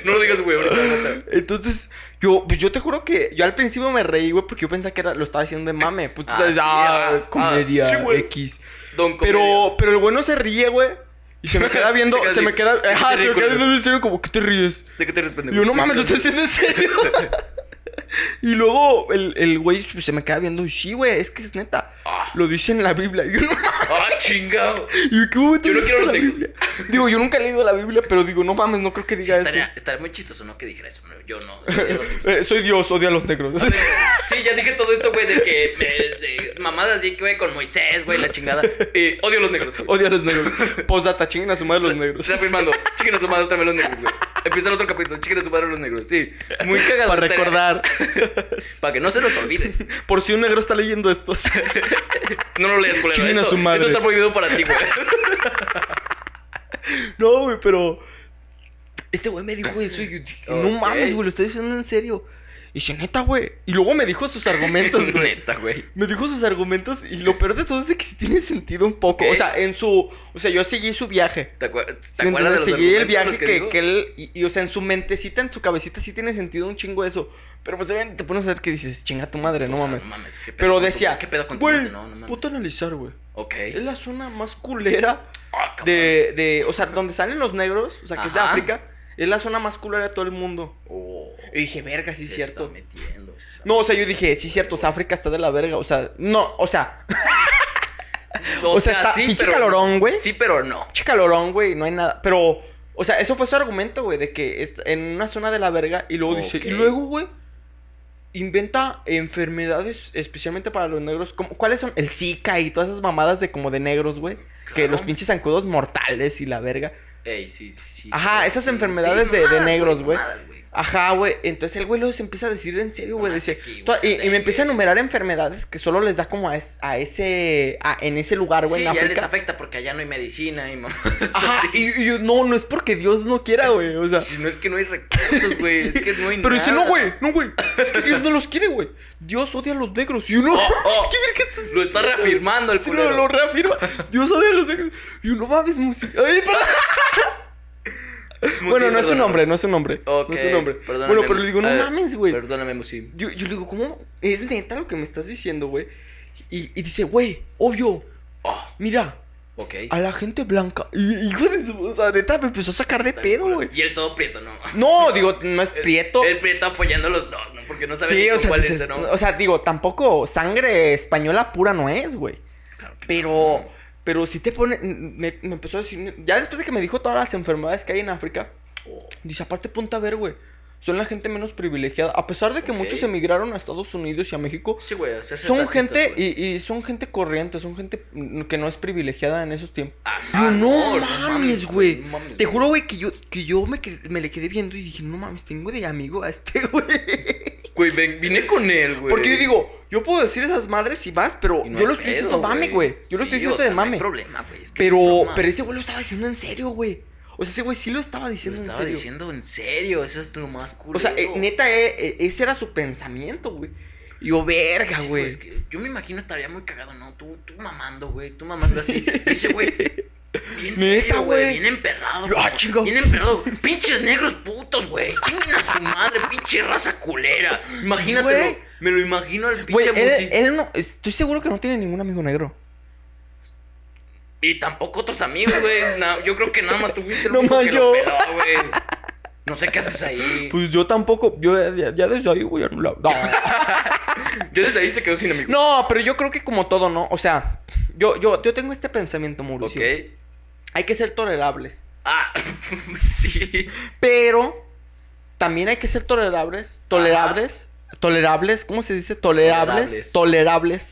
B: No lo digas, güey, ahorita, ahorita.
A: Entonces, yo, pues yo te juro que yo al principio me reí, güey, porque yo pensaba que era, lo estaba haciendo de mame. Pues tú
B: Ah,
A: sabes,
B: sí,
A: ah,
B: ah, ah,
A: comedia
B: sí, güey.
A: X.
B: Don
A: Pero, pero el güey no se ríe, güey. Y se me queda viendo,
B: Se queda
A: se me
B: así.
A: queda, ajá, se me
B: Ridículo.
A: queda viendo en serio como, ¿qué te ríes?
B: Comedia. ¿De qué te responde?
A: Y yo, no mames, lo estás haciendo en serio. Y luego el, el güey pues, se me queda viendo y sí, güey, es que es neta.
B: Ah.
A: Lo dice en la Biblia. Y yo no mames.
B: ¡Ah, chingado!
A: ¿Y cómo te
B: Yo no
A: dice
B: quiero
A: la
B: los textos.
A: Biblia? Digo, yo nunca he leído la Biblia, pero digo, no mames, no creo que
B: Sí,
A: diga eso.
B: estaría, estaría muy chistoso, ¿no? Que dijera eso, pero yo no. yo no lo-
A: Eh, soy Dios, odia a los negros.
B: Sí, ya dije todo esto, güey, de que eh, de mamadas así que, güey, con Moisés, güey, la chingada. Eh, odio a los negros. güey.
A: odia a los negros. Postdata, chinguen a su madre los negros.
B: Está firmando. Chiquen a su madre otra vez los negros, güey. Empieza el otro capítulo. Chiquen a su madre los negros. Sí. Muy cagado.
A: Para
B: estaría-
A: recordar.
B: Para que no se nos olvide.
A: Por si un negro está leyendo esto.
B: No lo leas, culero.
A: Chinguen a
B: Esto,
A: su madre.
B: esto está prohibido para ti, güey.
A: No, güey, pero. Este güey me dijo eso y yo dije, no
B: Ok.
A: mames, güey, lo estoy diciendo en serio. Y dije, neta, güey. Y luego me dijo sus argumentos, güey.
B: Neta, güey.
A: Me dijo sus argumentos y lo peor de todo es de que sí tiene sentido un poco.
B: Ok.
A: O sea, en su. O sea, yo seguí su viaje.
B: ¿Te, acuer- te
A: ¿Sí me
B: acuerdas de
A: entiendes?
B: los
A: Seguí el
B: argumentos
A: viaje
B: los
A: que,
B: digo?
A: que él. Y, y, o sea, en su mentecita, en su cabecita, sí tiene sentido un chingo eso. Pero pues obviamente te pones a ver que dices, chinga tu madre, no
B: O sea,
A: mames.
B: Pues, ¿qué pedo
A: Pero
B: con tu-
A: decía,
B: ¿Qué pedo con tu
A: güey,
B: mente? No, no mames.
A: puto analizar, güey.
B: Ok.
A: Es la zona más culera
B: Ah, cabrón.
A: de, de- o sea, donde salen los negros, o sea, que es de
B: Ajá.
A: África, es la zona más culera de todo el mundo.
B: Oh,
A: Y dije, verga, sí es
B: se
A: cierto.
B: está metiendo, se está
A: No, o sea, yo dije, sí, cierto, o sea, África está de la verga, o sea, no, o sea,
B: O,
A: O sea, está pinche calorón, güey.
B: Sí, pero no.
A: pinche calorón, güey, no hay nada, pero, o sea, eso fue su argumento, güey, de que está en una zona de la verga y luego
B: Ok.
A: dice, y luego, güey, inventa enfermedades especialmente para los negros, como, ¿cuáles son? El Zika y todas esas mamadas de como de negros, güey, que
B: Claro.
A: los pinches zancudos mortales y la verga.
B: Ey, sí, sí, sí.
A: Ajá,
B: Sí,
A: esas
B: sí,
A: enfermedades
B: sí,
A: de- de
B: mamadas,
A: negros, güey.
B: mamadas, güey.
A: Ajá, güey. Entonces el güey luego se empieza a decir en serio, güey.
B: No
A: Dice,
B: manches, Ah, aquí,
A: toda- y,
B: güey,
A: y me
B: güey.
A: empieza a enumerar enfermedades que solo les da como a, es- a ese. a- en ese lugar, güey,
B: Sí,
A: en
B: ya les
A: África.
B: afecta porque allá no hay medicina y mamá.
A: Ajá, y, y yo, no, no es porque Dios no quiera, güey. O sea.
B: No es que no hay recursos, güey.
A: sí.
B: Es que no hay
A: Pero dice, no,
B: nada.
A: güey, no, güey. Es que Dios no los quiere, güey. Dios odia a los negros. Y uno,
B: Oh, oh.
A: es que mira que estás
B: Lo
A: haciendo,
B: está
A: güey.
B: reafirmando el
A: Sí,
B: culero.
A: no, lo reafirma. Dios odia a los negros. Y uno, mames, música. Ay, perdón.
B: Musi,
A: Bueno, no es un
B: perdónanos.
A: hombre, no es un hombre.
B: Ok,
A: No es un hombre.
B: perdóname,
A: Bueno, pero le digo, no
B: a ver,
A: mames, güey.
B: Perdóname, Musi.
A: Yo, yo le digo, ¿cómo? Es neta lo que me estás diciendo, güey. Y, y dice, güey, obvio,
B: Oh,
A: mira,
B: ok.
A: a la gente blanca. Y, hijo de su. O sea, neta me empezó a sacar de pedo, güey.
B: Y el todo prieto, no.
A: No, digo, no es prieto.
B: El, el prieto apoyando a los dos, ¿no? Porque no sabe ni
A: Sí, o
B: con
A: sea,
B: cuál
A: dices,
B: es, ¿no?
A: o sea, digo, tampoco sangre española pura no es, güey.
B: Claro que
A: Pero, pero si te pone. Me, me empezó a decir. Ya después de que me dijo todas las enfermedades que hay en África,
B: no. Oh,
A: Dice, aparte, ponte a ver, güey. Son la gente menos privilegiada. A pesar de que
B: Ok.
A: muchos emigraron a Estados Unidos y a México,
B: Oh, Sí, güey, hacerse
A: son
B: taxista,
A: gente
B: güey.
A: y, y son gente corriente, son gente mm, que no es privilegiada en esos tiempos.
B: Ajá,
A: Yo, no,
B: Ah, no, no
A: mames,
B: mames,
A: güey.
B: güey, no mames,
A: Te
B: güey.
A: juro, güey, que yo, que yo me, qued- me le quedé viendo y dije, no mames, tengo de amigo a este, güey.
B: Güey, ven- vine con él, güey.
A: Porque yo digo, yo puedo decir esas madres y más, pero
B: Y no
A: yo
B: hay
A: lo estoy
B: pedo,
A: diciendo mame, güey. Yo lo estoy
B: Sí, o
A: diciendo
B: sea,
A: de
B: no hay
A: mame.
B: problema, güey. es que es
A: Pero,
B: broma.
A: pero ese güey lo estaba diciendo en serio, güey. O sea, ese güey sí lo estaba
B: Lo
A: diciendo en
B: estaba
A: serio.
B: diciendo en serio, eso es lo más cool.
A: O sea, eh, neta, eh, eh, ese era su pensamiento, güey. Y Yo, verga, güey.
B: pues, yo me imagino estaría muy cagado, ¿no? Tú, tú mamando, güey. Tú mamando así. Dice, güey. Bien
A: Neta,
B: serio,
A: güey.
B: güey. Bien emperrado.
A: Ah,
B: güey,
A: chinga.
B: Bien emperrado. Pinches negros putos, güey. Chinguen a su madre, pinche raza culera. Imagínatelo.
A: güey.
B: me lo imagino al
A: Güey,
B: pinche
A: él,
B: Musi.
A: él no. Estoy seguro que no tiene ningún amigo negro.
B: Y tampoco otros amigos, güey. Na- yo creo que nada más tuviste
A: No
B: lo único
A: más
B: que lo
A: yo.
B: peló, güey. No sé qué haces ahí.
A: Pues yo tampoco. Yo ya, ya desde ahí, güey, anulado. No.
B: Yo desde ahí se quedó sin amigos.
A: No, pero yo creo que como todo, ¿no? O sea, yo, yo, yo tengo este pensamiento,
B: ok.
A: Mauricio. Hay que ser tolerables.
B: Ah, sí.
A: Pero también hay que ser tolerables. Tolerables. Tolerables. ¿Cómo se dice? Tolerables. Tolerables.
B: Tolerables.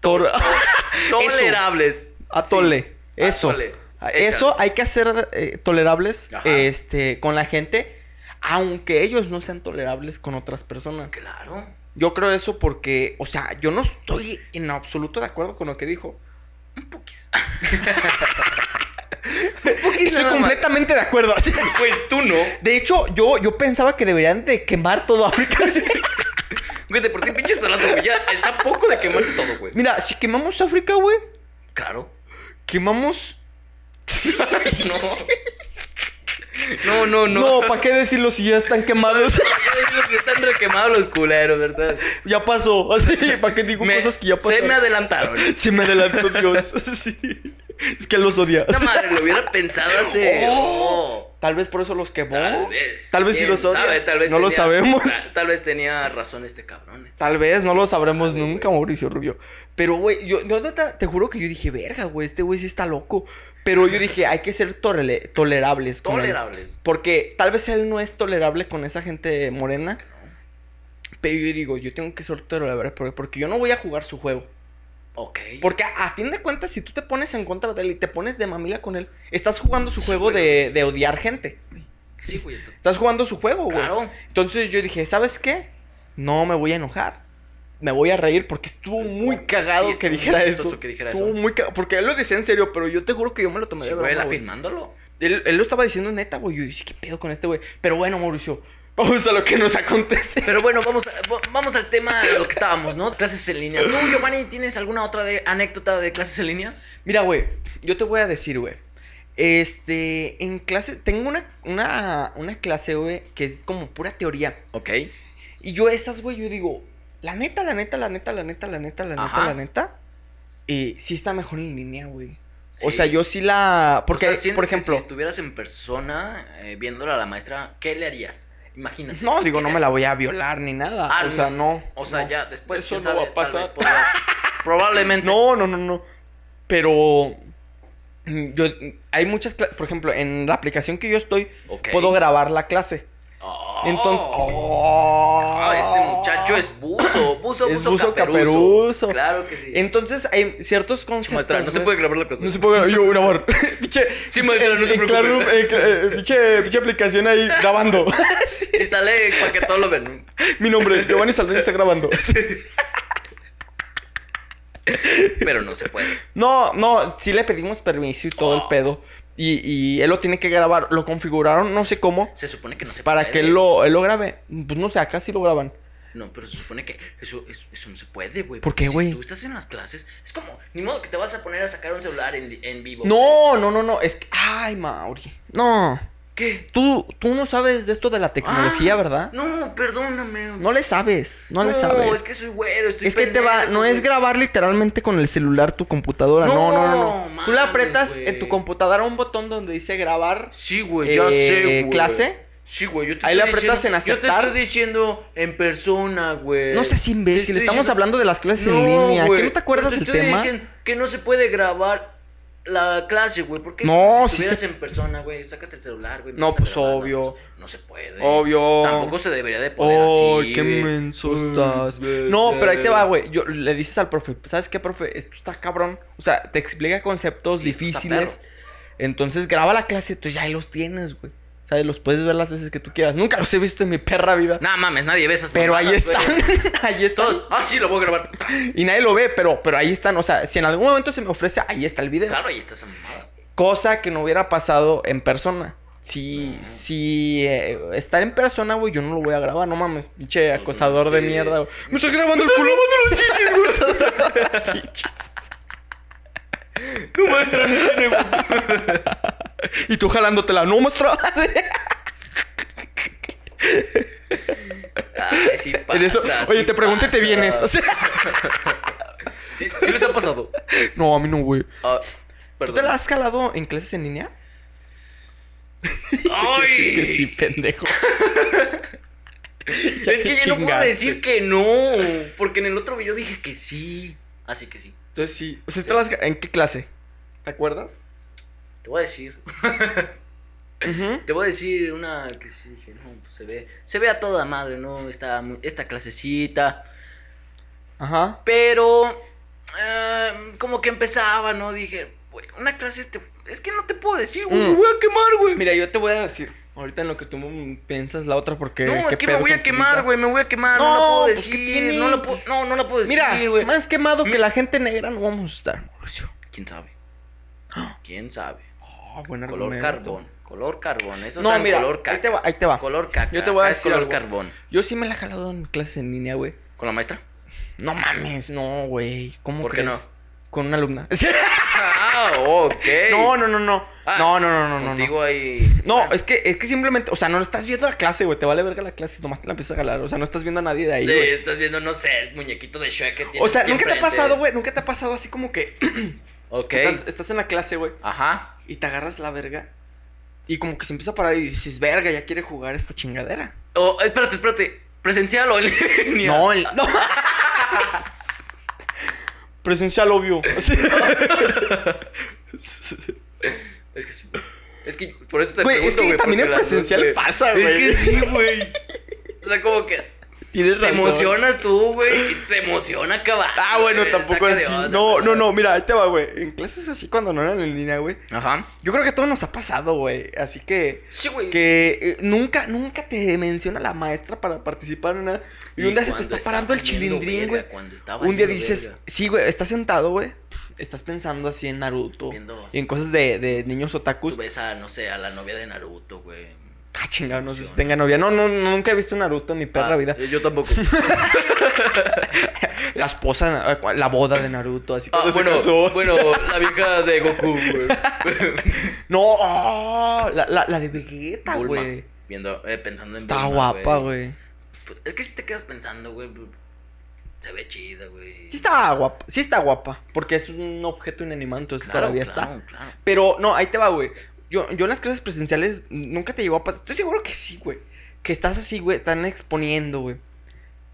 B: Tolera.
A: Tol-
B: Tolerables.
A: Atole.
B: Sí.
A: Eso.
B: Atole.
A: Eso hay que hacer eh, tolerables
B: Ajá.
A: este, con la gente, aunque ellos no sean tolerables con otras personas.
B: Claro.
A: Yo creo eso porque, o sea, yo no estoy en absoluto de acuerdo con lo que dijo.
B: Un poquis.
A: Estoy
B: nada más.
A: completamente de acuerdo.
B: Güey, tú no.
A: De hecho, yo, yo pensaba que deberían de quemar todo África.
B: Güey, de por sí pinches solazo, güey. Ya está a poco de quemarse todo, güey.
A: Mira, si quemamos África, güey,
B: Claro.
A: quemamos...
B: No. No, no,
A: No,
B: no.
A: ¿para qué decirlo si ya están quemados?
B: Es que Están requemados los culeros, ¿verdad?
A: ya pasó. ¿Para qué digo
B: Me-
A: cosas que ya
B: Se
A: pasaron?
B: me adelantaron.
A: Se me adelantó Dios. Sí. Es que los odia.
B: Esta madre lo hubiera pensado hace.
A: Oh.
B: Oh.
A: Tal vez por eso los quemó.
B: Tal vez.
A: Tal vez sí
B: ¿Quién
A: los odia.
B: sabe? Tal vez
A: no lo
B: tenía-
A: sabemos.
B: ta- Tal vez tenía razón este cabrón. eh.
A: Tal vez, no lo sabremos
B: Sabe,
A: nunca, Mauricio Rubio. Pero, güey, yo, yo neta, te juro que yo dije, verga, güey, este güey sí está loco. Pero yo dije, hay que ser torele- tolerables con él".
B: Tolerables.
A: Porque tal vez él no es tolerable con esa gente morena. Pero yo digo, yo tengo que ser tolerable por- porque yo no voy a jugar su juego.
B: Ok.
A: Porque a, a fin de cuentas, si tú te pones en contra de él y te pones de mamila con él, estás jugando su
B: Sí,
A: juego
B: güey.
A: de, de odiar gente.
B: Sí, güey. está-
A: Estás jugando su juego, güey.
B: Claro.
A: Entonces yo dije, ¿sabes qué? No me voy a enojar. Me voy a reír porque estuvo muy
B: Sí,
A: cagado
B: estuvo
A: que,
B: muy
A: dijera
B: chistoso
A: eso.
B: que dijera
A: estuvo
B: eso.
A: muy cagado. Porque él lo decía en serio, pero yo te juro que yo me lo tomé
B: Sí,
A: de
B: güey,
A: broma,
B: él
A: güey.
B: afirmándolo.
A: Él, él lo estaba diciendo neta, güey. Yo dije, ¿qué pedo con este güey? Pero bueno, Mauricio, vamos a lo que nos acontece.
B: Pero bueno, vamos, a- va- vamos al tema de lo que estábamos, ¿no? Clases en línea. ¿Tú, Giovanni, tienes alguna otra de- anécdota de clases en línea?
A: Mira, güey, yo te voy a decir, güey. Este, en clase, tengo una, una, una clase, güey, que es como pura teoría.
B: Ok.
A: Y yo esas, güey, yo digo, la neta, la neta, la neta, la neta, la neta, la neta,
B: Ajá.
A: la neta. Y sí está mejor en línea, güey. O
B: Sí.
A: sea, yo sí la... Porque,
B: O sea, sientes
A: por
B: que
A: ejemplo...
B: si estuvieras en persona eh, viéndola a la maestra, ¿qué le harías? Imagínate.
A: No, digo, no me la voy a violar ni nada.
B: Ah,
A: o sea, no.
B: O sea,
A: no.
B: ya después.
A: Eso
B: quién
A: no va
B: sabe,
A: a pasar.
B: tal vez podrás- Probablemente.
A: No, no, no, no. Pero... mm, Yo, hay muchas... cla- Por ejemplo, en la aplicación que yo estoy,
B: Ok.
A: puedo grabar la clase.
B: Oh.
A: Entonces...
B: Ah, este muchacho es buzo. Buzo,
A: Es
B: buzo,
A: buzo caperuzo.
B: caperuzo. Claro que sí.
A: Entonces, hay ciertos conceptos...
B: Maestra, no se
A: güey.
B: puede grabar la cosa.
A: No se puede grabar. Yo, grabar. Piche.
B: Sí, maestra, no se preocupe.
A: eh, piche, piche aplicación ahí grabando. Sí.
B: Y sale para que todos lo ven.
A: Mi nombre, Giovanni Saldaña está grabando.
B: Pero no se puede.
A: No, no, sí le pedimos permiso y todo el pedo. Y, y él lo tiene que grabar. Lo configuraron, no sé cómo,
B: Se supone que no se
A: para
B: puede.
A: que él lo, él lo grabe. Pues no sé, acá sí lo graban.
B: No, pero se supone que eso, eso, eso no se puede, güey.
A: ¿Por qué,
B: porque
A: güey?
B: Si tú estás en las clases, es como, ni modo que te vas a poner a sacar un celular en, en vivo. güey.
A: No, no, no, no. Es que. Ay, Mauri. No.
B: ¿Qué?
A: Tú, tú no sabes de esto de la tecnología,
B: Ah,
A: ¿verdad?
B: No, perdóname.
A: No le sabes, no, le
B: No,
A: sabes.
B: es que soy güero, estoy
A: Es que te va,
B: pendejo,
A: no es
B: güey.
A: grabar literalmente con el celular tu computadora. No, no, no. no.
B: No,
A: Tú le
B: mames,
A: aprietas en
B: güey.
A: tu computadora un botón donde dice grabar.
B: Sí, güey, ya
A: Eh,
B: sé, güey.
A: ¿clase?
B: Sí, güey, yo te
A: Ahí
B: estoy
A: le apretas
B: diciendo-
A: en
B: Yo
A: aceptar.
B: te estoy diciendo en persona, güey.
A: No seas imbécil,
B: Te estoy
A: estamos hablando de las clases en línea. ¿Qué
B: güey,
A: no te acuerdas
B: pero
A: del
B: estoy
A: tema?
B: diciendo que no se puede grabar la clase, güey, porque es
A: No,
B: como si
A: sí
B: estuvieras
A: se-
B: en persona, güey, sacas el celular, güey.
A: No,
B: empiezas a
A: pues,
B: grabar,
A: obvio.
B: No, pues, no se puede.
A: Obvio.
B: Tampoco se debería de poder
A: Oh,
B: así.
A: qué
B: güey. Pues,
A: menso
B: Uy,
A: estás.
B: güey,
A: No, pero ahí te va,
B: güey.
A: güey. Yo le dices al profe, ¿sabes qué, profe? Esto está cabrón. O sea, te explica conceptos
B: Sí, esto está
A: difíciles. Entonces graba la clase, tú ya ahí los tienes, güey. ¿Sabes? Los puedes ver las veces que tú quieras. Nunca los he visto en mi perra vida.
B: Nah, mames, nadie ve esas
A: pero ahí
B: mamadas, güey.
A: están. ahí están.
B: Todos, ah, sí, lo voy a grabar.
A: Y nadie lo ve, pero, pero ahí están. O sea, si en algún momento se me ofrece, ahí está el video.
B: Claro, ahí está esa mamada.
A: Cosa que no hubiera pasado en persona. Si, si eh, estar en persona, güey, yo no lo voy a grabar, no mames, pinche acosador de
B: sí.
A: mierda, güey. Me estoy grabando el culo. Chichis.
B: No, maestra, no tiene
A: Y tú jalándotela, no muestra.
B: Ay, sí pasa,
A: En eso, oye, te pregunto
B: pregunté
A: y te vienes. O sea,
B: ¿Sí, sí les ha pasado?
A: no, a mí no, güey.
B: Ah,
A: ¿Tú
B: perdón.
A: te la has jalado en clases en línea? Sí, que sí, que sí, pendejo. Ya te
B: es que yo no puedo
A: chingaste.
B: decir que no, porque en el otro video dije que sí. Así que sí.
A: Entonces sí. O sea, ¿te la has- ¿en qué clase? ¿Te acuerdas?
B: Te voy a decir.
A: Ujú.
B: Te voy a decir una que sí dije, no, pues se ve. Se ve a toda madre, ¿no? Esta, esta clasecita.
A: Ajá.
B: Pero eh, como que empezaba, ¿no? Dije, güey, una clase te- es que no te puedo decir, güey,
A: Mm.
B: me voy a quemar, güey.
A: Mira, yo te voy a decir ahorita en lo que tú mm, piensas la otra porque.
B: No,
A: ¿qué
B: es que me
A: pedo
B: voy
A: con
B: a
A: tu
B: quemar,
A: vida?
B: güey, me voy a quemar, no,
A: No,
B: la puedo
A: pues, ¿qué
B: decir,
A: tiene?
B: no, la puedo, no, no la puedo decir,
A: Pues Mira,
B: güey. Mm.
A: más quemado que la gente negra no vamos a estar, Mauricio.
B: ¿Quién sabe?
A: ¡Ah!
B: ¿Quién sabe?
A: Oh, buen
B: Color
A: argumento.
B: carbón, color carbón, eso
A: No,
B: saben,
A: mira,
B: color
A: ahí te
B: caca.
A: va, ahí te va.
B: Color caca.
A: Yo te voy a
B: acá es
A: decir
B: color
A: algo.
B: carbón.
A: Yo sí me la he jalado en clases en línea, güey.
B: ¿Con la maestra?
A: No mames, no, güey. ¿Cómo
B: ¿Por qué
A: crees?
B: no?
A: Con una alumna.
B: Ah, ok.
A: No, no, no, no.
B: Ah,
A: no, no, no, no, no, no.
B: Contigo Ah. ahí.
A: No,
B: Bueno,
A: es que, es que simplemente, o sea, no estás viendo la clase, güey. Te vale verga la clase, nomás te la empiezas a jalar. O sea, no estás viendo a nadie de ahí,
B: sí,
A: güey.
B: estás viendo, no sé, el muñequito de Shrek que tiene.
A: o sea, nunca te ha pasado, güey. Nunca te ha pasado así como que
B: Ok.
A: estás, estás en la clase, güey.
B: Ajá.
A: Y te agarras la verga. Y como que se empieza a parar y dices, verga, ya quiere jugar esta chingadera.
B: O, espérate, espérate. ¿Presencial o en línea?
A: No, el- no. Presencial obvio. Así.
B: Es que sí. Es que por eso te
A: Güey, es
B: pregunto,
A: que también
B: porque
A: en
B: las dos,
A: presencial pasa,
B: Es
A: güey.
B: que sí, güey. O sea, como que
A: Tienes
B: te
A: razón.
B: emocionas tú, güey. y Se emociona acabar.
A: Ah, bueno, tampoco así. No, no, no, mira, ahí te va, güey. En clases así cuando no eran en línea, güey.
B: Ajá.
A: Yo creo que a todos nos ha pasado, güey. Así que.
B: Sí, güey.
A: Que eh, nunca, nunca te menciona la maestra para participar en nada. Y, un día se te
B: cuando
A: está parando el
B: valiendo
A: chilindrín,
B: verga,
A: güey.
B: cuando está
A: Un día
B: valiendo
A: dices,
B: verga.
A: sí, güey, estás sentado, güey. Estás pensando así en Naruto.
B: Viendo
A: Y en cosas de, de niños otakus.
B: Tú ves a, no sé, a la novia de Naruto, güey.
A: Ah, chingado, no sé si
B: Opción.
A: tenga novia. No, no, no, nunca he visto Naruto en mi perra
B: Ah,
A: vida.
B: yo- Yo tampoco.
A: La esposa, eh, cua- la boda de Naruto, así
B: Ah,
A: cuando se
B: bueno,
A: casó.
B: bueno, la vieja de Goku, güey.
A: No, oh, la, la, la de Vegeta,
B: Bulma,
A: güey.
B: Viendo, eh, pensando en
A: Está
B: Bulma,
A: guapa, güey.
B: Pues, Es que si te quedas pensando, güey. pues, Se ve chida, güey.
A: Sí está guapa, sí está guapa. Porque es un objeto inanimado, entonces
B: Claro,
A: todavía está.
B: claro, claro.
A: Pero no, ahí te va, güey. Yo, yo en las clases presenciales nunca te llegó a pasar. Estoy seguro que sí, güey. Que estás así, güey, están exponiendo, güey.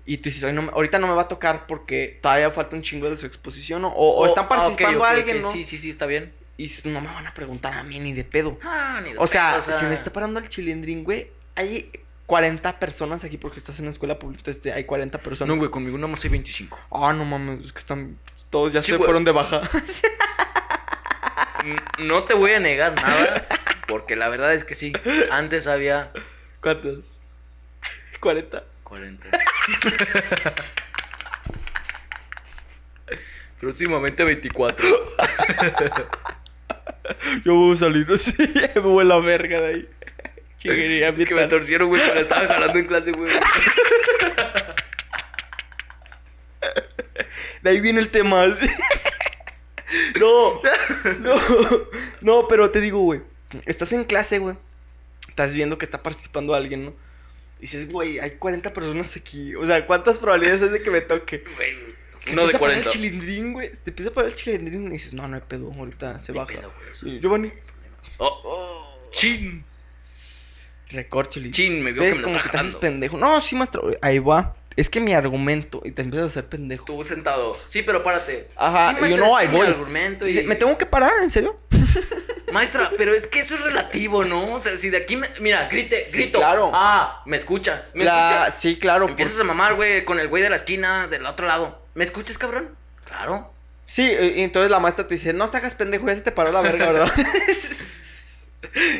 A: Y tú dices, "Ay, no me- ahorita no me va a tocar porque todavía falta un chingo de su exposición. ¿no? O, o están
B: ah, ok,
A: participando
B: ok, ok,
A: alguien, ¿no?
B: Sí, sí, sí, está bien.
A: Y s- no me van a preguntar a mí ni de pedo.
B: Ah, ni de
A: O sea, este
B: pedo,
A: si me está parando el chilindrín, güey, hay 40 personas aquí porque estás en la escuela pública. entonces, este, hay 40 personas.
B: No, güey, conmigo nada más hay 25.
A: Ah, no mames, es que están. Todos ya
B: Sí,
A: se
B: güey.
A: fueron de baja.
B: N- Mm, No te voy a negar nada, porque la verdad es que sí. Antes había
A: ¿Cuántos? 40.
B: 40. Próximamente 24.
A: Yo voy a salir así, me voy a la verga de ahí. Chinguería,
B: Es que me
A: ambiental.
B: torcieron, güey, pero estaba jalando en clase, güey.
A: De ahí viene el tema. así. No, no, no, pero te digo, güey. Estás en clase, güey. Estás viendo que está participando alguien, ¿no? Dices, güey, hay 40 personas aquí. O sea, ¿cuántas probabilidades hay de que me toque?
B: Güey,
A: Te
B: Uno
A: empieza
B: de
A: a parar el
B: 40.
A: chilindrín, güey. Te empieza a parar el chilindrín y dices, no, no hay pedo, ahorita se
B: Ni
A: baja.
B: pedo, güey, o sea,
A: Y Giovanni,
B: Oh, oh. Chin.
A: record chilindrín.
B: Chin, me vio que
A: Entonces,
B: me lo
A: como que te
B: estaba
A: haces
B: jalando.
A: pendejo. No, sí, maestro. Ahí va. Es que mi argumento. Y te empiezas a hacer pendejo.
B: Tú sentado. Sí, pero párate.
A: Ajá,
B: Sí,
A: y yo no,
B: maestra, es
A: ahí
B: mi
A: voy.
B: argumento y-
A: Dice, ¿Me tengo que parar? ¿En serio?
B: Maestra, pero es que eso es relativo, ¿no? O sea, si de aquí me- Mira, grite,
A: Sí,
B: grito.
A: claro.
B: Ah, me escucha. ¿Me
A: La-
B: escuchas?
A: Sí, claro.
B: Empiezas
A: por-
B: a mamar, güey, con el güey de la esquina, del otro lado. ¿Me escuchas, cabrón? Claro.
A: Sí, eh, y entonces la maestra te dice, no te hagas pendejo, ya se te paró la verga, ¿verdad?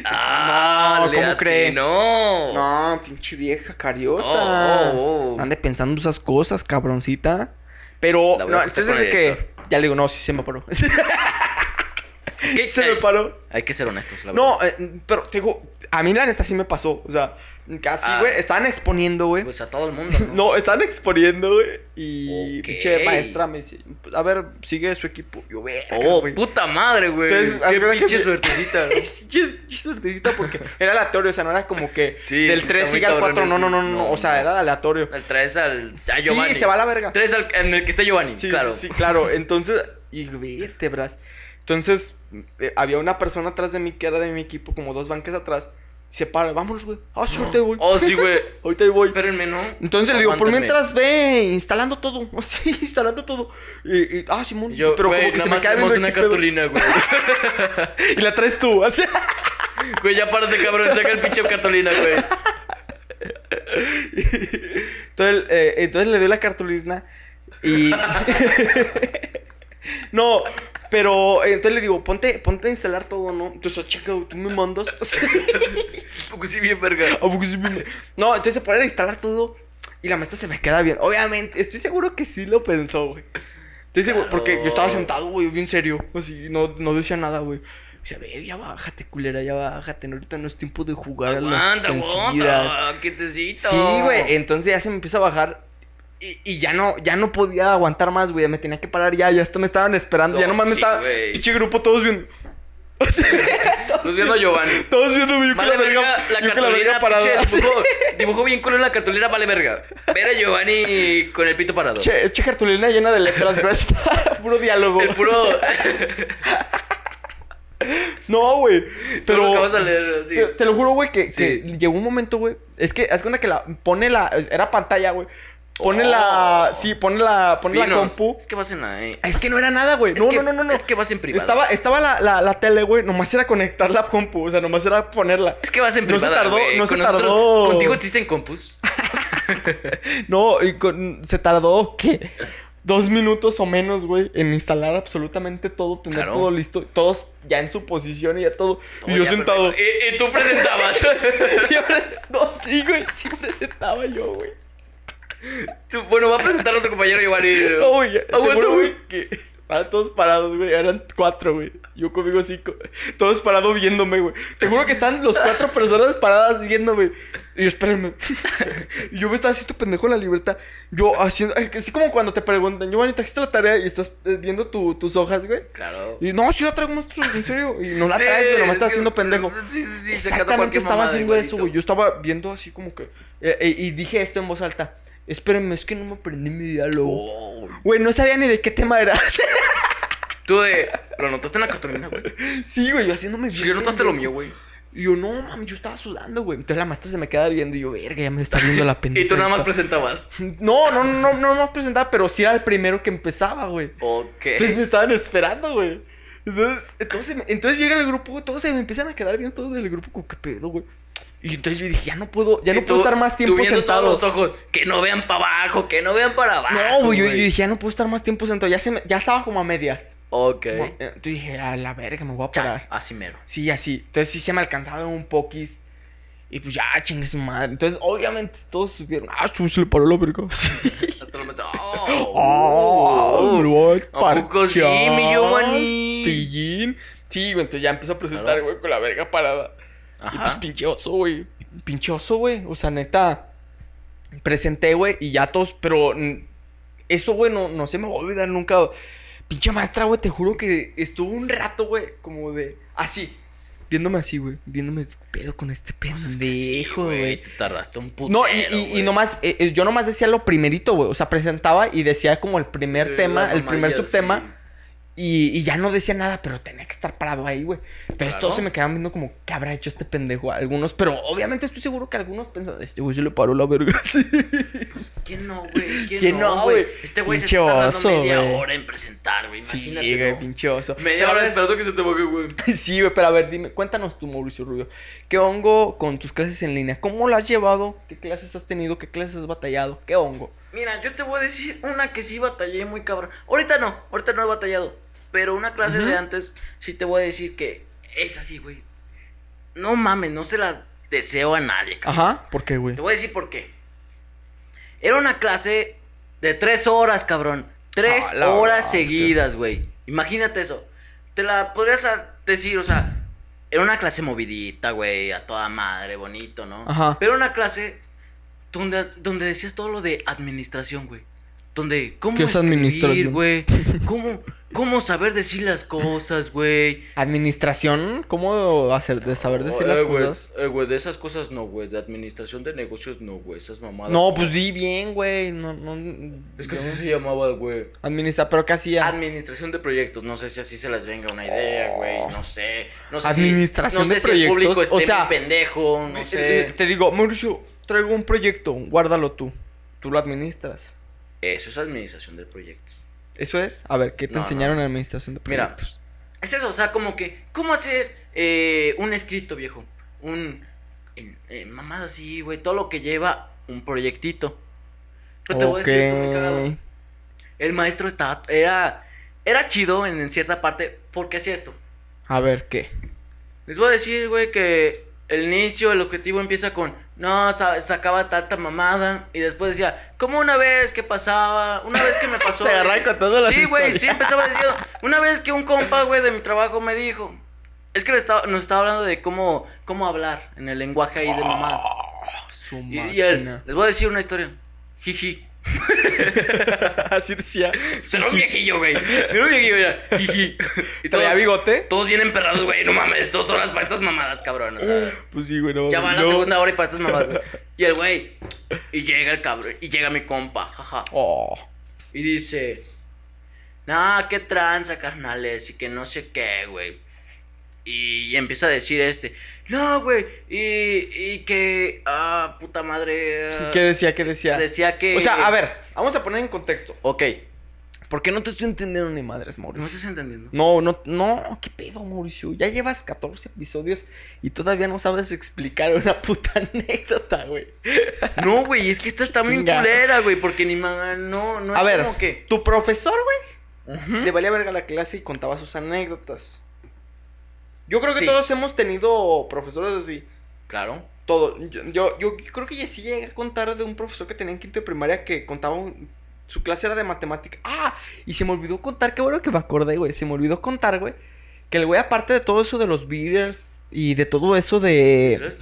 B: Ah. le
A: ¿cómo cree?
B: No.
A: no, pinche vieja cariosa.
B: Oh, oh, oh.
A: Ande pensando esas cosas, cabroncita. Pero,
B: La voy a
A: no,
B: acusar
A: entonces
B: con
A: de
B: el
A: que.
B: director.
A: Ya le digo, no, sí se me paró.
B: Es que
A: se me
B: hay,
A: paró.
B: hay que ser honestos, la verdad.
A: No, eh, pero te digo, a mí la neta sí me pasó. O sea, casi,
B: Ah.
A: güey. Estaban exponiendo, güey.
B: Pues a todo el mundo. No.
A: eh. No, estaban exponiendo, güey. Y
B: Ok.
A: pinche maestra me dice, a ver, sigue su equipo. Yo, verga,
B: Oh,
A: güey.
B: puta madre, güey.
A: Entonces, haz de
B: Qué
A: cuenta que
B: pinche
A: me-
B: suertecita. ¿no?
A: Es chis- chis suertecita porque era aleatorio, o sea, no era como que
B: Sí,
A: del
B: está
A: 3
B: muy
A: sigue al
B: cabrón
A: 4, no, no,
B: eso.
A: no, no,
B: No,
A: o sea,
B: no.
A: era aleatorio.
B: El traes al. A Giovanni.
A: Sí, se va a la verga.
B: Traes al. En el que está Giovanni.
A: Sí,
B: claro.
A: sí, claro. Entonces, y vértebras. Entonces, eh, había una persona atrás de mí que era de mi equipo, como dos bancas atrás. Se para, vámonos, güey. Ah, sí, ahorita voy.
B: Oh, sí, güey.
A: Ahorita voy.
B: Espérenme, ¿no?
A: Entonces le digo, por
B: Aguántenme.
A: mientras ve instalando todo. Sí, instalando todo. Y, y- ah, Simón.
B: Y Yo,
A: pero como que se me cae viendo
B: una
A: qué pedo.
B: cartulina, güey.
A: Y la traes tú. Así.
B: Güey, ya párate, cabrón. Saca el pinche cartulina, güey.
A: Entonces, eh, entonces le doy la cartulina y. no, pero eh, entonces le digo, ponte, ponte a instalar todo, ¿no? Entonces, chica, tú me mandas.
B: Porque sí, bien verga.
A: ¿A poco sí me- no, entonces se pone a instalar todo y la maestra se me queda bien. Obviamente, estoy seguro que sí lo pensó, güey. Estoy seguro,
B: Claro.
A: porque yo estaba sentado, güey, bien serio. Así, no, no decía nada, güey. Dice, a ver, ya bájate, culera, ya bájate. no, Ahorita no es tiempo de jugar
B: Aguanta,
A: a las vencidas.
B: aguanta. Quietecito.
A: Sí, güey. eh. Entonces ya se me empieza a bajar. Y, y ya no, ya no podía aguantar más, güey. Me tenía que parar ya, ya hasta me estaban esperando. ya
B: No,
A: nomás me
B: sí,
A: estaba.
B: güey.
A: Pinche grupo, todos viendo.
B: Nos viendo a Giovanni.
A: Todos viendo mi yo con
B: Vale
A: la
B: verga,
A: verga.
B: la
A: yo con la verga
B: cartulina pinche,
A: parada. Sí.
B: dibujó, dibujó bien culo en la cartulina, vale verga. Ver a Giovanni con el pito parado.
A: Che, che cartulina llena de letras, güey. Puro diálogo.
B: El puro.
A: No, güey.
B: Pero.
A: Pero.
B: acabas de leer, sí.
A: Te, te lo juro, güey, que,
B: Sí.
A: que llegó un momento, güey. Es que, haz cuenta que la. Pone la. Era pantalla, güey. Pone la.
B: Oh.
A: Sí, pone la. Pone la
B: Finos.
A: compu.
B: Es que vas en la. eh.
A: Es que no era nada, güey.
B: Es
A: No,
B: que-
A: no, no, no, no.
B: es que vas en privado.
A: Estaba, estaba la, la, la tele, güey. Nomás era conectar la compu. O sea, nomás era ponerla.
B: Es que vas en
A: No se
B: privada.
A: tardó,
B: güey.
A: no se
B: Con nosotros-
A: tardó.
B: Contigo existen compus.
A: No, y con- se tardó, ¿qué? Dos minutos o menos, güey, en instalar absolutamente todo, tener
B: Claro.
A: todo listo, todos ya en su posición y ya todo. y
B: Oh,
A: yo
B: ya,
A: sentado.
B: perfecto. Y, y tú presentabas.
A: Siempre- no, sí, güey, siempre sentaba yo, güey.
B: Tú- bueno, va a presentar a otro compañero Giovanni.
A: No, güey, ya- te
B: Aguanta,
A: juro,
B: güey.
A: güey, que estaban todos parados, güey, eran cuatro, güey. Yo conmigo cinco, todos parados viéndome, güey. Te juro que están los cuatro personas paradas viéndome. Y yo, espérenme. Y yo me estaba haciendo pendejo en la libertad. Yo haciendo, así como cuando te preguntan, Giovanni, ¿trajiste la tarea? Y estás eh, viendo tu- tus hojas, güey.
B: Claro.
A: Y no, sí la traigo, monstruo, en serio. Y no la
B: Sí,
A: traes, güey, nomás
B: es
A: estás
B: que-
A: haciendo pendejo.
B: Sí, sí, sí. sacando
A: Exactamente
B: cualquier
A: estaba
B: mamada
A: haciendo eso,
B: igualito.
A: güey. Yo estaba viendo así como que. eh, eh, y dije esto en voz alta. Espérenme, es que no me aprendí mi diálogo.
B: Oh.
A: Güey, no sabía ni de qué tema era.
B: Tú de. Lo notaste en la cartulina, güey.
A: sí, güey, yo haciéndome.
B: Si
A: bien
B: yo notaste lo
A: pendejo.
B: mío, güey.
A: Y yo, no, mami, yo estaba sudando, güey. Entonces la maestra se me queda viendo y yo, verga, ya me está viendo la pendeja.
B: Y tú nada más
A: esta".
B: presentabas.
A: No, no, no, no, no más presentaba, pero sí era el primero que empezaba, güey.
B: Ok.
A: Entonces me estaban esperando, güey. Entonces, entonces, me- entonces llega el grupo, güey, todos se me empiezan a quedar viendo todos del grupo, como qué pedo, güey. Y entonces yo dije, ya no puedo, ya
B: Y
A: no
B: tú-
A: puedo estar más
B: tú
A: tiempo
B: viendo
A: sentado.
B: todos los Ah, ojos. Que no vean para abajo, que no vean para abajo.
A: No, güey, yo, yo dije, ya no puedo estar más tiempo sentado. Ya, se me- ya estaba como a medias.
B: Ok.
A: Como- eh, Entonces dije, a la verga, me voy a
B: Cha,
A: parar.
B: así mero.
A: Sí, así. Entonces sí se me alcanzaba un poquis. Y pues ya, chingue su madre. Entonces, obviamente, todos subieron. Ah, su- se le paró la verga. Sí.
B: Hasta lo meto. Oh,
A: Oh,
B: Oh.
A: me voy a
B: ¿A poco sí,
A: parchar,
B: mi Giovanni?
A: Pillín. Sí, güey, entonces ya empezó a presentar,
B: Claro.
A: güey, con la verga parada. Y pues
B: Ajá.
A: pinche oso, güey. Pinche oso, güey. O sea, neta. Presenté, güey, y ya todos, pero mm, eso, güey, no, no se me va a olvidar nunca. Pinche maestra, güey, te juro que estuvo un rato, güey, como de así, viéndome así, güey, viéndome qué pedo con este
B: Pues es que sí,
A: pendejo, güey.
B: Te tardaste un putero,
A: No, y, y- y
B: güey.
A: nomás, eh, eh, yo nomás decía lo primerito, güey. O sea, presentaba y decía como el primer
B: Sí,
A: tema,
B: la
A: el primer
B: mamadilla,
A: subtema.
B: sí.
A: Y, y ya no decía nada, pero tenía que estar parado ahí, güey. Entonces
B: Claro.
A: todos se me quedaban viendo como, ¿qué habrá hecho este pendejo? Algunos, pero obviamente estoy seguro que algunos pensaban, este güey se le paró la verga. Sí.
B: ¿Quién no, güey? ¿Quién,
A: ¿Quién
B: no,
A: no,
B: güey?
A: güey?
B: Este güey se
A: Pinche
B: está tardando
A: oso,
B: media
A: güey.
B: hora en presentar, güey.
A: Sí,
B: Imagínate.
A: güey,
B: ¿no?
A: pinche oso.
B: Media
A: Pero a
B: hora
A: ver-
B: esperando que se te baje, güey.
A: Sí, güey, pero a ver, dime, cuéntanos tú, Mauricio Rubio. ¿Qué hongo con tus clases en línea? ¿Cómo la has llevado? ¿Qué clases has tenido? ¿Qué clases has batallado? ¿Qué hongo?
B: Mira, yo te voy a decir una que sí batallé muy cabrón. Ahorita no, ahorita no he batallado. Pero una clase
A: Ujú.
B: de antes sí te voy a decir que es así, güey. No mames, no se la deseo a nadie, cabrón.
A: Ajá, ¿por qué, güey?
B: Te voy a decir por qué. Era una clase de tres horas, cabrón. Tres
A: A Ah, la
B: horas
A: hora,
B: seguidas, güey. Imagínate eso. Te la podrías a- decir, o sea, era una clase movidita, güey, a toda madre, bonito, ¿no?
A: Ajá.
B: Pero una clase donde, donde decías todo lo de administración, güey. Donde, ¿cómo
A: ¿Qué es administración?
B: güey? ¿Cómo, ¿Cómo saber decir las cosas, güey?
A: Administración, ¿cómo hacer de saber decir
B: Oh,
A: las
B: eh, güey,
A: cosas?
B: eh, güey, de esas cosas no, güey. De administración de negocios no, güey. Esas mamadas.
A: No, pues di bien, güey. No, no.
B: Es que
A: yo-
B: así se llamaba, güey.
A: Administra, pero ¿qué hacía?
B: Administración de proyectos. No sé si así se les venga una idea,
A: Oh.
B: güey. No sé. No sé
A: Administración
B: si, no
A: de
B: sé si el público
A: proyectos,
B: esté
A: o sea,
B: muy pendejo.
A: Eh,
B: No
A: eh,
B: sé.
A: Te digo, Mauricio, traigo un proyecto, guárdalo tú. Tú lo administras.
B: Eso es administración de proyectos.
A: ¿Eso es? A ver, ¿qué te
B: No,
A: enseñaron en administración de
B: Mira.
A: proyectos?
B: Es eso, o sea, como que. ¿Cómo hacer eh, un escrito, viejo? Un. en- eh, mamada así, güey. Todo lo que lleva un proyectito. Pero te voy a decir, estuvo muy cagado.
A: Ok.
B: El maestro estaba. Era. Era chido en, en cierta parte. Porque hacía esto.
A: A ver, ¿qué?
B: Les voy a decir, güey, que el inicio, el objetivo empieza con, no, sa- sacaba tanta mamada. Y después decía, como una vez que pasaba, una vez que me pasó.
A: Se agarraba
B: güey".
A: contando las
B: Sí, güey,
A: historias.
B: sí, empezaba diciendo, una vez que un compa, güey, de mi trabajo me dijo. Es que le estaba- nos estaba hablando de cómo, cómo hablar en el lenguaje ahí de mamadas.
A: Ah,
B: Ah,
A: Su
B: Y, y él, les voy a decir una historia. Jiji.
A: Así decía.
B: Será un viejillo, güey. Era un viejillo, era jiji. Y
A: ¿Traía
B: todos-
A: bigote?
B: Todos bien emperrados, güey. No mames, dos horas para estas mamadas, cabrón. O sea,
A: Pues sí, güey, no.
B: Ya va la
A: no.
B: segunda hora y para estas mamás, güey. Y el güey. Y llega el cabrón. Y llega mi compa, jaja.
A: Oh.
B: Y dice. Nah, qué tranza, carnales. Y que no sé qué, güey. Y empieza a decir este, no, güey, y, y que, ah, puta madre. ah,
A: ¿Qué decía? ¿Qué decía?
B: Decía que...
A: O sea, a ver, vamos a poner en contexto.
B: Ok,
A: ¿Por qué no te estoy entendiendo ni madres,
B: no
A: Mauricio?
B: estás entendiendo.
A: No, no, no, qué pedo, Mauricio. Ya llevas 14 episodios y todavía no sabes explicar una puta anécdota, güey.
B: No, güey, es que esta está muy
A: Chinga.
B: culera, güey, porque ni ma... No, no
A: A
B: es
A: ver,
B: como que...
A: tu profesor, güey,
B: Ujú.
A: le valía verga la clase y contaba sus anécdotas. Yo creo que
B: Sí.
A: todos hemos tenido profesores así.
B: Claro.
A: Todo. Yo, yo, yo creo que ya sí llegué a contar de un profesor que tenía en quinto de primaria que contaba un- su clase era de matemática. ¡Ah! Y se me olvidó contar, qué bueno que me acordé, güey. Se me olvidó contar, güey. Que el güey, aparte de todo eso de los beaters y de todo eso de.
B: ¿Sabes?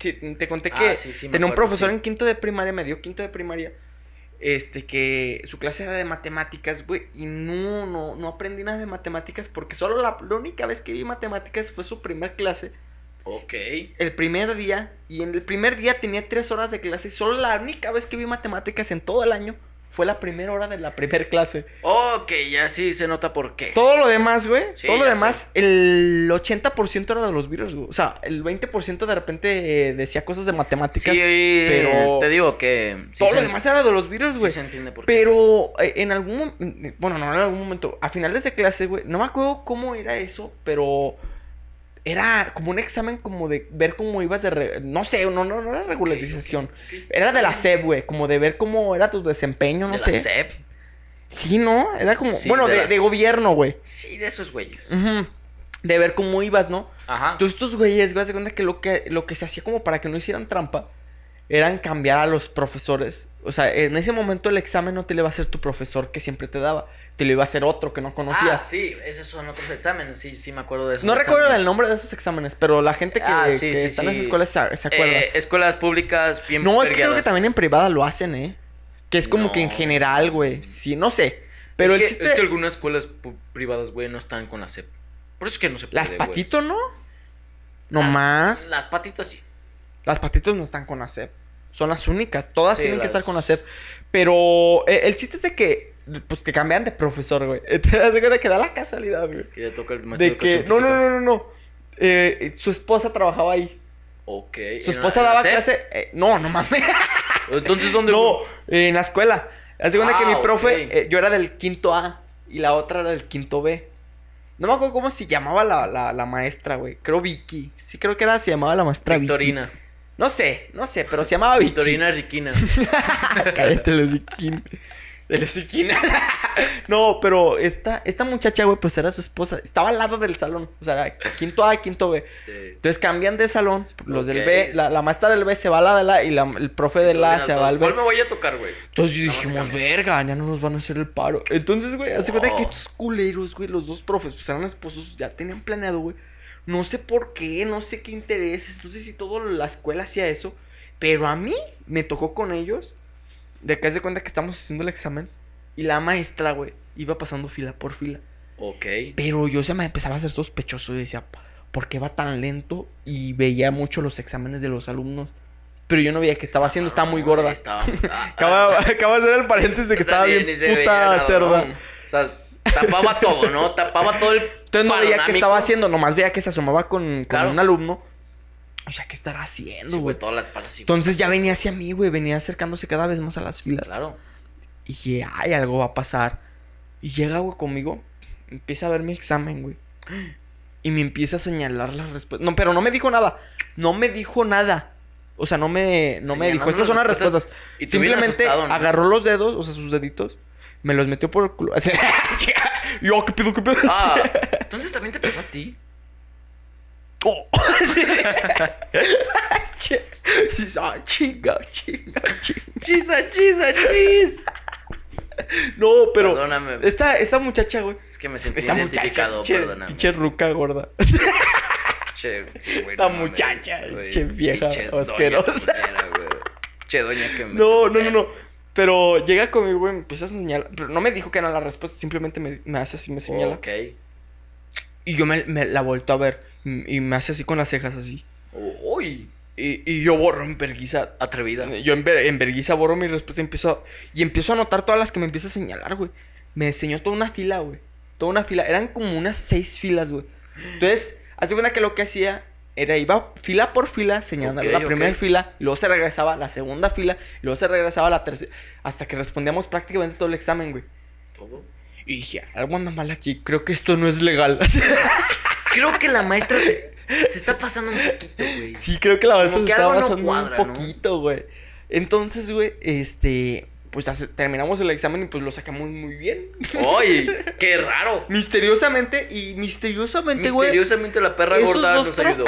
A: Sí, te conté
B: Ah,
A: que
B: sí, sí, me
A: tenía un
B: acuerdo,
A: profesor
B: sí.
A: en quinto de primaria, me dio quinto de primaria. Este, que su clase era de matemáticas, güey. Y no, no, no aprendí nada de matemáticas porque solo la, la única vez que vi matemáticas fue su primer clase
B: Ok.
A: el primer día y en el primer día tenía tres horas de clase y solo la única vez que vi matemáticas en todo el año fue la primera hora de la primera clase.
B: Ok, ya sí se nota por qué.
A: Todo lo demás, güey,
B: Sí,
A: todo lo
B: ya
A: demás, el 80% era de los virus, güey. O sea, el 20% de repente eh, decía cosas de matemáticas,
B: Sí,
A: pero
B: te digo que... sí
A: todo
B: se-
A: lo demás era de los virus,
B: sí
A: güey.
B: se entiende por qué.
A: Pero eh, en algún momento, bueno, no en algún momento, a finales de clase, güey, no me acuerdo cómo era eso, pero era como un examen como de ver cómo ibas de, re- no sé, no, no, no era regularización. Era de la SEP, güey, como de ver cómo era tu desempeño, no
B: de
A: sé.
B: la SEP.
A: Sí, ¿no? Era como,
B: Sí,
A: bueno,
B: de
A: de,
B: las-
A: de gobierno, güey.
B: Sí, de esos güeyes.
A: Ujú. De ver cómo ibas, ¿no?
B: Ajá. Ah,
A: Entonces estos güeyes, güey, se cuenta que lo que lo que se hacía como para que no hicieran trampa eran cambiar a los profesores. O sea, en ese momento el examen no te lo iba a hacer tu profesor que siempre te daba, te lo iba a hacer otro que no
B: Ah,
A: conocías.
B: sí, esos son otros exámenes. Sí, sí me acuerdo de esos.
A: No recuerdo
B: exámenes.
A: el nombre de esos exámenes, pero la gente que,
B: Ah, sí,
A: que
B: sí,
A: está en
B: sí.
A: esas escuelas se, se acuerda.
B: Eh, escuelas públicas bien
A: no, es que creo que
B: vergueadas.
A: también en privada lo hacen, ¿eh? Que es como que en
B: No.
A: general, güey. Sí, no sé. Pero el
B: es que,
A: chiste.
B: Es que algunas escuelas pu- privadas, güey, no están con la SEP. Por eso es que no se puede,
A: Las
B: güey.
A: patito, ¿no? No
B: Las-
A: más.
B: Las patitos sí.
A: Las patitos no están con la SEP. Son las únicas. Todas
B: Sí,
A: tienen que
B: las-
A: estar con la SEP. Pero eh, el chiste es de que. Pues que cambian de profesor, güey. Te das cuenta que da la casualidad, güey.
B: Y le toca el maestro
A: De que. No,
B: educación
A: no,
B: física.
A: no, no, no. Eh, su esposa trabajaba ahí.
B: Ok.
A: Su
B: ¿en la-
A: esposa
B: en la
A: daba
B: SEP?
A: clase. eh, no, no mames.
B: Entonces, ¿dónde?
A: No,
B: güey?
A: eh, en la escuela. Haz de cuenta
B: Ah,
A: que mi profe,
B: ok.
A: eh, yo era del quinto A y la otra era del quinto B. No me acuerdo cómo se llamaba la, la- la maestra, güey. Creo Vicky. Sí, creo que era, se llamaba la maestra Vicky.
B: Victorina.
A: No sé, no sé, pero se llamaba Vicky.
B: Victorina Riquina.
A: Cállate, el hociquín. El hociquín. no, pero esta, esta muchacha, güey, pues era su esposa. Estaba al lado del salón. O sea, era quinto A y quinto B.
B: Sí.
A: Entonces cambian de salón. Los del
B: Ok.
A: B, la, la maestra del B se va a la de la y la- el profe de la
B: Entonces,
A: se va al B.
B: ¿Cuál me voy a tocar, güey?
A: Entonces
B: Vamos a
A: dijimos,
B: cambiar.
A: verga, ya no nos van a hacer el paro. Entonces, güey, hace cuenta
B: Wow.
A: que estos culeros, güey, los dos profes, pues eran esposos, ya tenían planeado, güey. No sé por qué, no sé qué intereses, no sé si toda la escuela hacía eso, pero a mí me tocó con ellos. De que haz de cuenta que estamos haciendo el examen y la maestra, güey, iba pasando fila por fila.
B: Ok.
A: Pero yo se me empezaba a hacer sospechoso y decía, ¿por qué va tan lento? Y veía mucho los exámenes de los alumnos. Pero yo no veía que estaba haciendo, estaba muy gorda.
B: Ah, Estaba.
A: Acaba, acaba de hacer el paréntesis de que
B: O sea,
A: estaba
B: ni-
A: bien
B: ni se veía
A: puta
B: nada,
A: cerda.
B: ¿no? O sea, s- tapaba todo, ¿no? Tapaba todo el.
A: Entonces no veía qué
B: panorámico.
A: estaba haciendo, nomás veía que se asomaba con, con
B: Claro.
A: un alumno. O sea, ¿qué estará
B: Sí,
A: haciendo,
B: güey,
A: güey?
B: todas las partes sí, güey.
A: Entonces ya venía hacia mí, güey, venía acercándose cada vez más a las filas.
B: Claro.
A: Y dije, ay, algo va a pasar. Y llega, güey, conmigo, empieza a ver mi examen, güey. Y me empieza a señalar las respuestas. No, pero no me dijo nada. No me dijo nada. O sea, no me, no me
B: Señalando
A: dijo, estas son las
B: las respuestas.
A: respuestas.
B: Y te hubieran
A: Simplemente
B: asustado, ¿no?
A: agarró los dedos, o sea, sus deditos, me los metió por el culo. Así, yo, "Oh, ¿qué pedo, qué pedo?
B: Ah, entonces también te pasó a ti.
A: Oh. Che, ah, chinga, chinga, chinga.
B: Chisa, chisa, chis.
A: No, pero
B: Perdóname.
A: esta, esta muchacha, güey.
B: Es que me sentí
A: Esta muchacha,
B: identificado,
A: pinche-
B: perdóname.
A: pinche ruca gorda.
B: Che, sí, güey,
A: Esta
B: no mames,
A: muchacha,
B: güey.
A: che vieja
B: Pinche doña
A: asquerosa.
B: culera, güey. Che, doña que me.
A: No, no, no, no. Pero llega conmigo, güey, me empieza a señalar. Pero no me dijo que era la respuesta, simplemente me, me hace así, me señala.
B: Ok.
A: Y yo me, me la vuelto a ver. Y y me hace así con las cejas así.
B: Uy,
A: Y, y yo borro en vergüenza.
B: atrevida.
A: Yo en, ver- en vergüenza borro mi respuesta y empiezo a- y empiezo a anotar todas las que me empieza a señalar, güey. Me enseñó toda una fila, güey. Toda una fila. Eran como unas seis filas, güey. Entonces, Haz de cuenta que lo que hacía era iba fila por fila señalando
B: Ok,
A: la
B: ok.
A: primera fila, y luego se regresaba a la segunda fila, y luego se regresaba a la tercera, hasta que respondíamos prácticamente todo el examen, güey.
B: Todo.
A: Y dije, algo anda mal aquí, creo que esto no es legal.
B: Creo que la maestra se, se está pasando un poquito, güey.
A: Sí, creo que la
B: Como
A: verdad se
B: que
A: estaba
B: algo no
A: basando
B: cuadra,
A: un
B: ¿no?
A: poquito, güey. Entonces, güey, este. Pues hace- terminamos el examen y pues lo sacamos muy bien.
B: Oye, qué raro.
A: Misteriosamente y misteriosamente, güey.
B: Misteriosamente la perra
A: esos
B: gorda
A: dos
B: nos
A: pro-
B: ayudó.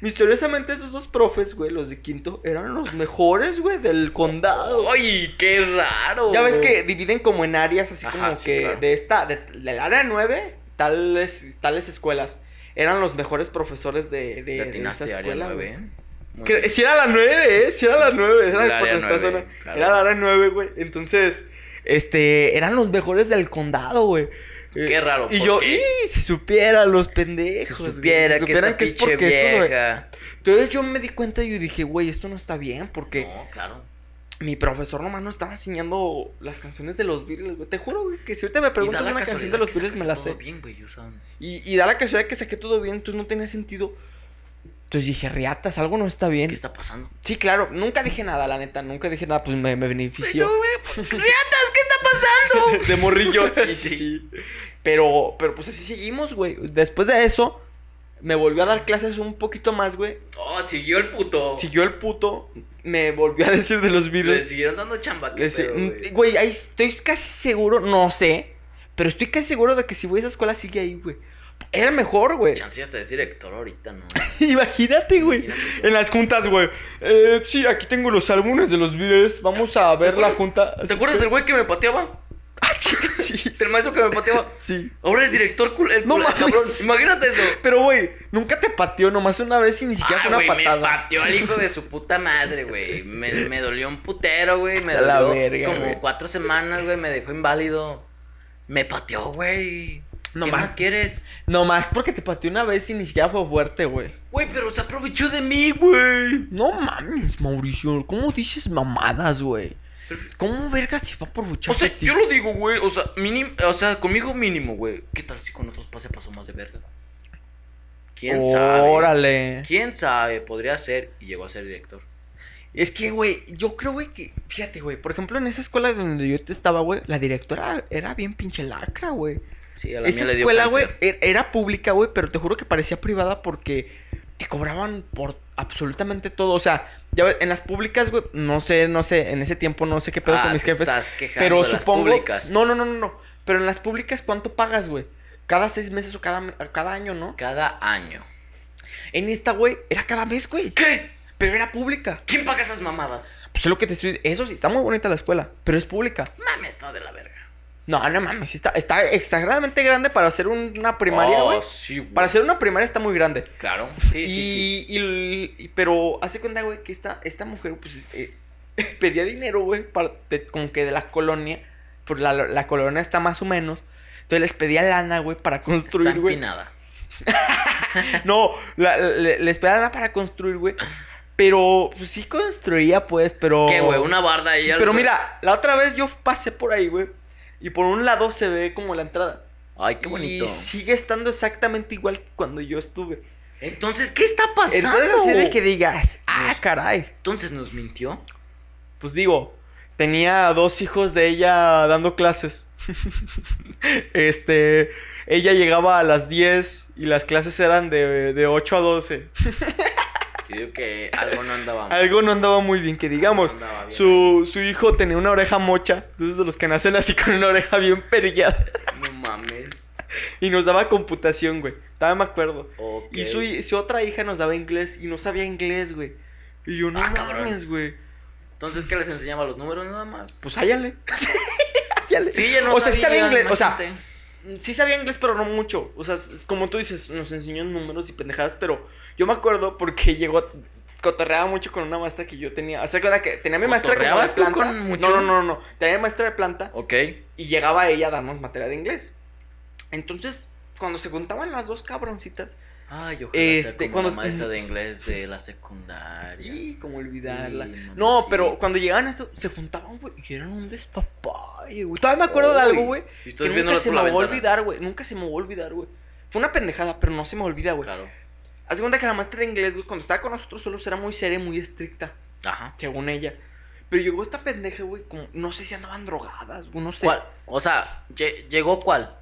A: Misteriosamente esos dos profes, güey, los de quinto, eran los mejores, güey, del condado.
B: Oye, qué raro.
A: Ya ves que dividen como en áreas, así
B: Ajá,
A: como
B: sí,
A: que
B: claro.
A: de esta, de- del área 9, tales, tales escuelas. Eran los mejores profesores de, de-
B: Le
A: de eh, esa
B: atinaste, área
A: escuela.
B: nueve,
A: güey.
B: ¿eh? Muy
A: Cre-
B: bien.
A: Si era la 9, ¿eh? Si era la 9, era
B: Era
A: por
B: área
A: nuestra
B: 9,
A: zona.
B: claro.
A: Era la área 9, güey. Entonces, este, eran los mejores del condado, güey. Eh,
B: Qué raro,
A: Y
B: ¿por
A: yo,
B: qué?
A: "Ih, si supiera los
B: Si
A: pendejos, güey,
B: supiera que
A: supieran
B: esta
A: que es
B: pinche
A: porque estos, güey".
B: vieja.
A: Entonces yo me di cuenta y yo dije, güey, esto no está bien porque
B: No, claro.
A: mi profesor nomás no estaba enseñando las canciones de los Beatles, güey. Te juro, güey, que si ahorita me
B: Y
A: preguntas
B: da la
A: una canción de
B: casualidad
A: los
B: que
A: Beatles, me
B: sacas
A: la
B: todo
A: sé.
B: bien, güey, o sea,
A: Y, y da la casualidad que saqué todo bien, entonces no tenía sentido. Entonces dije, riatas, algo no está bien.
B: ¿Qué está pasando?
A: Sí, claro, nunca dije nada, la neta, nunca dije nada, pues me, me benefició.
B: No, güey, pues, riatas, ¿qué está pasando?
A: De morrillo, sí, sí,
B: Sí.
A: sí. Pero, pero pues así seguimos, güey. Después de eso, me volvió a dar clases un poquito más, güey.
B: Oh, siguió el puto.
A: Siguió el puto, me volvió a decir de los
B: Le
A: virus.
B: siguieron dando chamba. qué pedo, güey.
A: "Mm, Güey, ahí estoy casi seguro, no sé, pero estoy casi seguro de que si voy a esa escuela sigue ahí, güey. Era el mejor, güey.
B: Chance hasta decir Héctor ahorita, ¿no?
A: Imagínate, güey.
B: Imagínate, güey.
A: En las juntas, güey. Eh, sí, aquí tengo los álbumes de los Beatles. Vamos a ver la
B: acuerdas-
A: junta.
B: ¿Te acuerdas del güey que me pateaba?
A: Ah, chicos, sí.
B: El maestro que me pateaba.
A: Sí.
B: Ahora es director cul- el
A: No
B: cul-
A: mames.
B: cabrón. Imagínate eso.
A: Pero, güey, nunca te pateó nomás una vez y ni siquiera
B: Ah,
A: fue una
B: güey, me
A: patada.
B: pateó al hijo de su puta madre, güey. Me, me dolió un putero, güey. Me
A: A la
B: dolió
A: verga,
B: como
A: güey.
B: cuatro semanas, güey. Me dejó inválido. Me pateó, güey.
A: No
B: ¿Qué
A: más.
B: más quieres?
A: Nomás porque te pateó una vez y ni siquiera fue fuerte, güey.
B: Güey, pero se aprovechó de mí, güey.
A: No mames, Mauricio. ¿Cómo dices mamadas, güey? ¿Cómo verga si va por
B: O
A: buchazo
B: sea, yo lo digo, güey. O sea, mínimo, o sea, conmigo mínimo, güey. ¿Qué tal si con otros pase pasó más de verga? ¿Quién sabe?
A: Órale.
B: ¿Quién sabe? Podría ser. Y llegó a ser director.
A: Es que, güey, yo creo, güey, que. Fíjate, güey. Por ejemplo, en esa escuela donde yo te estaba, güey, la directora era bien pinche lacra, güey.
B: Sí, a la
A: Esa
B: mía le dio
A: escuela, güey,
B: cáncer.
A: er- era pública, güey, pero te juro que parecía privada porque te cobraban por absolutamente todo. O sea, ya ves, en las públicas, güey, no sé, no sé, en ese tiempo no sé qué pedo
B: Ah,
A: con mis
B: te
A: jefes.
B: estás quejando
A: Pero
B: de las
A: supongo.
B: públicas.
A: No, no, no, no, no. Pero en las públicas, ¿cuánto pagas, güey? Cada seis meses o cada, me- cada año, ¿no?
B: Cada año.
A: En esta, güey, era cada mes, güey.
B: ¿Qué?
A: Pero era pública.
B: ¿Quién paga esas mamadas?
A: Pues es lo que te estoy. Eso sí, está muy bonita la escuela, pero es pública.
B: Mame, está de la verga.
A: No, no mames, sí está, está exageradamente grande para hacer un- una primaria,
B: Oh,
A: güey.
B: sí, güey.
A: Para hacer una primaria está muy grande.
B: Claro. Sí,
A: y,
B: sí, sí.
A: y- y- pero hace cuenta, güey, que esta, esta mujer, pues, eh, pedía dinero, güey, para- de- como que de la colonia. Por la, la colonia está más o menos. Entonces les pedía lana, güey, para construir,
B: Está
A: güey.
B: empinada.
A: No, la- le- les pedía lana para construir, güey. Pero, pues sí construía, pues, pero.
B: ¿Qué, güey? Una barda ahí. al-
A: Pero mira, la otra vez yo pasé por ahí, güey. Y por un lado se ve como la entrada.
B: Ay, qué bonito.
A: Y sigue estando exactamente igual que cuando yo estuve.
B: Entonces, ¿qué está pasando?
A: Entonces, así de que digas, ah, caray.
B: Entonces nos mintió.
A: Pues digo, tenía dos hijos de ella dando clases. este, ella llegaba a las 10 y las clases eran de, de 8 a 12.
B: Yo digo que algo no andaba mal.
A: Algo no andaba muy bien, que digamos.
B: Algo no andaba bien.
A: Su, su hijo tenía una oreja mocha, entonces de los que nacen así con una oreja bien perillada.
B: No mames.
A: Y nos daba computación, güey. Todavía me acuerdo.
B: Ok.
A: Y su, hi- su otra hija nos daba inglés y no sabía inglés, güey. Y yo, no
B: Ah, cabrón.
A: mames, güey.
B: Entonces, ¿qué les enseñaba los números nada más?
A: Pues háyale. háyale.
B: Sí, ella no
A: O sea, sí sabía inglés. O sea,
B: imagínate.
A: sí sabía inglés, pero no mucho. O sea, es como tú dices, nos enseñó números y pendejadas, pero yo me acuerdo porque llegó. Cotorreaba mucho con una maestra que yo tenía. O sea, que era que tenía mi maestra como de
B: ¿Cotorreabas tú
A: planta.
B: con mucho?
A: No, no, no, no. Tenía mi maestra de planta
B: Ok.
A: y llegaba ella a darnos materia de inglés. Entonces, cuando se juntaban las dos cabroncitas,
B: Ay, ojalá sea
A: Este,
B: como
A: cuando-
B: la maestra de inglés de la secundaria.
A: Y como olvidarla.
B: Sí, mamá,
A: no,
B: sí.
A: pero cuando llegaban a esto, se juntaban, güey, y eran un despapalle, güey. Todavía me acuerdo de algo,
B: Uy,
A: güey.
B: y estoy
A: Que
B: viéndola
A: nunca se
B: por
A: me
B: la
A: va a
B: ventana.
A: olvidar, güey. Nunca se me va a olvidar, güey. Fue una pendejada, pero no se me olvida, güey.
B: Claro.
A: Haz de cuenta que la maestra de inglés, güey, cuando estaba con nosotros solos era muy seria y muy estricta,
B: Ajá.
A: según ella. Pero llegó esta pendeja, güey, como, no sé si andaban drogadas, güey, no sé.
B: ¿Cuál? O sea, lle- llegó cuál.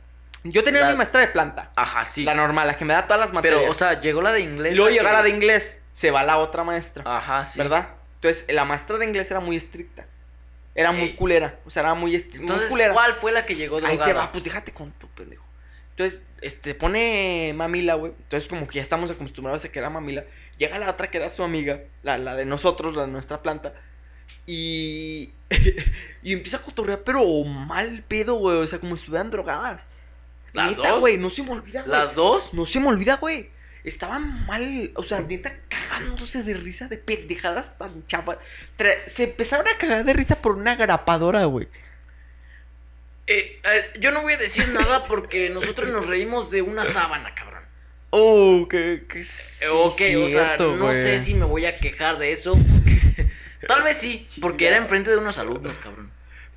A: Yo tenía a
B: La-
A: mi maestra de planta,
B: Ajá, sí.
A: la normal, la que me da todas las materias.
B: Pero, o sea, llegó la de inglés.
A: y luego llega
B: que-
A: la de inglés, se va la otra maestra,
B: Ajá, sí.
A: ¿verdad? Entonces, la maestra de inglés era muy estricta. Era muy
B: Ey.
A: culera, o sea, era muy, est- muy
B: Eh. Entonces,
A: culera.
B: ¿cuál fue la que llegó
A: Ahí
B: drogada?
A: te va, pues déjate con tu pendejo. Entonces, este, pone mamila, güey. Entonces, como que ya estamos acostumbrados a que era mamila. Llega la otra que era su amiga, la, la de nosotros, la de nuestra planta. Y. y empieza a cotorrear, pero mal pedo, güey. O sea, como si estuvieran drogadas.
B: ¿Las
A: neta,
B: dos?
A: güey, no se me olvida, güey.
B: ¿Las dos?
A: No se me olvida, güey. Estaban mal, o sea, neta, cagándose de risa de pendejadas tan chapas. Tra- Se empezaron a cagar de risa por una grapadora, güey.
B: Eh, eh, yo no voy a decir nada porque nosotros nos reímos de una sábana, cabrón.
A: Oh, que, que sí,
B: Eh, ok, o sea,
A: cierto,
B: no
A: güey.
B: sé si me voy a quejar de eso. porque- Tal vez sí, porque era enfrente de unos alumnos, cabrón.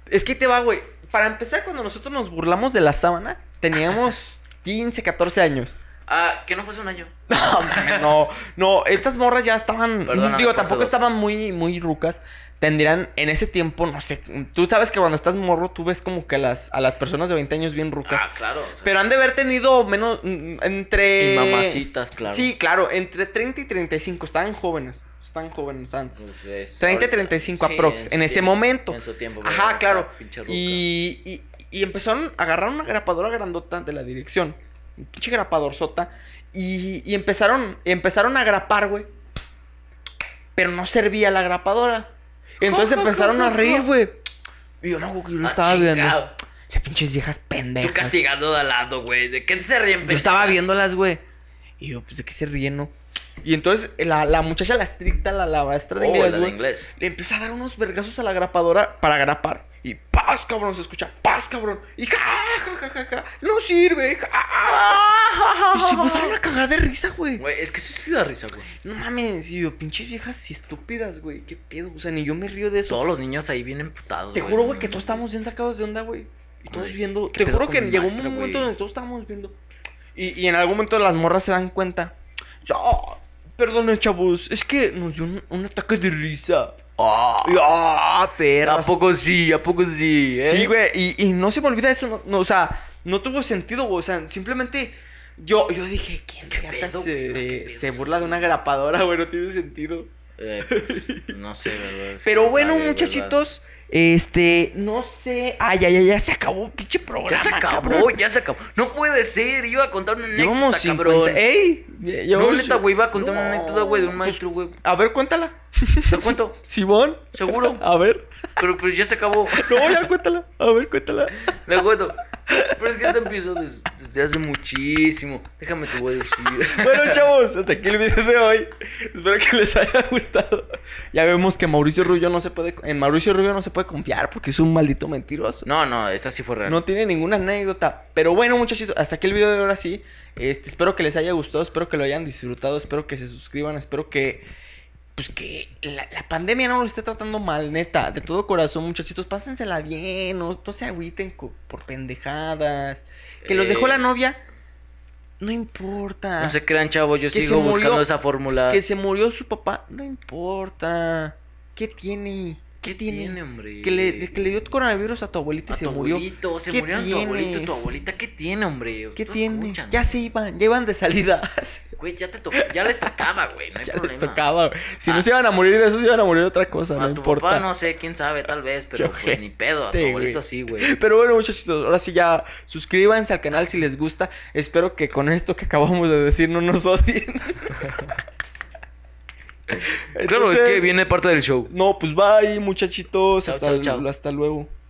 A: Es que ahí te va, güey. Para empezar, cuando nosotros nos burlamos de la sábana, teníamos 15, 14 años.
B: Ah, que no fue hace un año.
A: No, mames, no, no, estas morras ya estaban.
B: Perdóname,
A: digo,
B: fue hace
A: tampoco
B: dos.
A: estaban muy, muy rucas. Tendrían en ese tiempo, no sé. Tú sabes que cuando estás morro, tú ves como que a las, a las personas de 20 años bien rucas.
B: Ah, claro. o sea,
A: Pero han de haber tenido menos. mm, Entre.
B: y mamacitas, claro.
A: Sí, claro, entre 30 y 35. Estaban jóvenes. Estaban jóvenes antes.
B: Pues es
A: 30,
B: ahorita.
A: 35
B: Sí,
A: aprox,
B: su
A: en ese
B: tiempo,
A: momento.
B: En su tiempo.
A: Ajá,
B: ¿verdad?
A: claro.
B: La pinche ruca.
A: Y, y, y empezaron a agarrar una grapadora grandota de la dirección. Un pinche grapadorzota. Y, y empezaron, empezaron a grapar, güey. Pero no servía la grapadora. Entonces empezaron a reír, güey. Y yo no, güey, yo lo
B: Ah,
A: estaba viendo.
B: chingado.
A: Esas pinches viejas
B: Tú
A: pendejas.
B: castigando de al lado, güey. ¿De qué se ríen?
A: Yo estaba
B: pendejas?
A: viéndolas, güey. Y yo, pues, ¿de qué se ríen, no? Y entonces la, la muchacha, la estricta, la, la maestra de
B: Oh,
A: inglés,
B: la de
A: güey,
B: inglés.
A: le empieza a dar unos vergazos a la grapadora para grapar. Y paz, cabrón, se escucha, paz, cabrón. Y ja, ja, ja, ja, ja, no sirve. ja, ja". Y se empezaron a cagar de risa, güey.
B: Ah. Güey, es que eso sí da risa, güey.
A: No mames, y yo, pinches viejas y estúpidas, güey. Qué pedo, o sea, ni yo me río de eso.
B: Todos los niños ahí vienen putados.
A: Te juro, güey, que todos estábamos bien sacados de onda, güey. Y todos
B: Güey,
A: viendo.
B: ¿qué
A: Te
B: pedo
A: juro que
B: con mi
A: llegó
B: maestra,
A: un momento
B: güey?
A: donde todos estábamos viendo. Y, y en algún momento las morras se dan cuenta. Yo, perdón, chavos, es que nos dio un, un ataque de risa.
B: Ah,
A: Y, Ah,
B: ¿A
A: perras.
B: poco sí? ¿A poco sí? eh?
A: Sí, güey. Y, y no se me olvida eso. No, no, o sea, no tuvo sentido, güey. O sea, simplemente. Yo, yo dije, ¿quién
B: ¿Qué
A: gata
B: pedo,
A: se,
B: güey? ¿Qué pedo?
A: se burla de una grapadora, güey? No tiene sentido.
B: Eh, pues, no sé, ¿verdad? Sí,
A: Pero
B: quién
A: bueno,
B: sabe,
A: muchachitos, este, no sé. Ay, ya, ya, ya se acabó, pinche
B: ¿verdad?
A: programa.
B: Ya se acabó,
A: cabrón.
B: ya se acabó. No puede ser, iba a contar una anécdota,
A: Llevamos 50.
B: cabrón.
A: ¡Ey!
B: No,
A: llevamos-
B: neta, güey, iba a contar
A: No,
B: una anécdota, güey, de un
A: pues,
B: maestro, güey.
A: a ver, cuéntala.
B: ¿Te cuento?
A: Simón.
B: Seguro.
A: A ver.
B: Pero pues ya se acabó.
A: No, ya cuéntala. A ver, cuéntala.
B: De acuerdo. Pero es que esto empezó des- desde hace muchísimo. Déjame te voy a decir.
A: Bueno, chavos, hasta aquí el video de hoy. Espero que les haya gustado. Ya vemos que Mauricio Rubio no se puede. En Mauricio Rubio no se puede confiar porque es un maldito mentiroso.
B: No, no, esa sí fue real.
A: No tiene ninguna anécdota. Pero bueno, muchachitos, hasta aquí el video de ahora sí. Este, espero que les haya gustado, espero que lo hayan disfrutado, espero que se suscriban, espero que. Pues que la, la pandemia no los esté tratando mal, neta. De todo corazón, muchachitos, pásensela bien, no, no se agüiten co- por pendejadas. Que los dejó
B: Eh.
A: la novia, no importa.
B: No se crean, chavos, yo
A: Que se
B: sigo
A: murió-
B: buscando esa fórmula.
A: Que se murió su papá, no importa. ¿Qué tiene? ¿Qué, tiene?
B: hombre?
A: Que le, que le dio coronavirus a tu abuelita y
B: a
A: se
B: tu
A: murió.
B: abuelito, se
A: ¿Qué
B: murieron tu
A: tiene?
B: abuelito y tu abuelita. ¿Qué tiene, hombre?
A: ¿Qué
B: Tú
A: tiene?
B: escucha,
A: Ya
B: ¿no?
A: se iban, ya iban de salida.
B: Güey, ya, te to- ya les tocaba, güey, no hay
A: ya
B: problema.
A: les tocaba. güey. Si no
B: Ah.
A: se iban a morir de eso, se iban a morir de otra cosa, no
B: a tu
A: importa.
B: papá no sé, quién sabe, tal vez, pero
A: Yo
B: pues ni pedo, a tu
A: gente,
B: abuelito
A: güey.
B: sí, güey.
A: Pero bueno, muchachitos, ahora sí ya suscríbanse al canal si les gusta. Espero que con esto que acabamos de decir no nos odien.
B: Claro, es que
A: Entonces,
B: viene parte del show.
A: No, pues bye, muchachitos.
B: Chao,
A: hasta,
B: chao, chao.
A: hasta luego.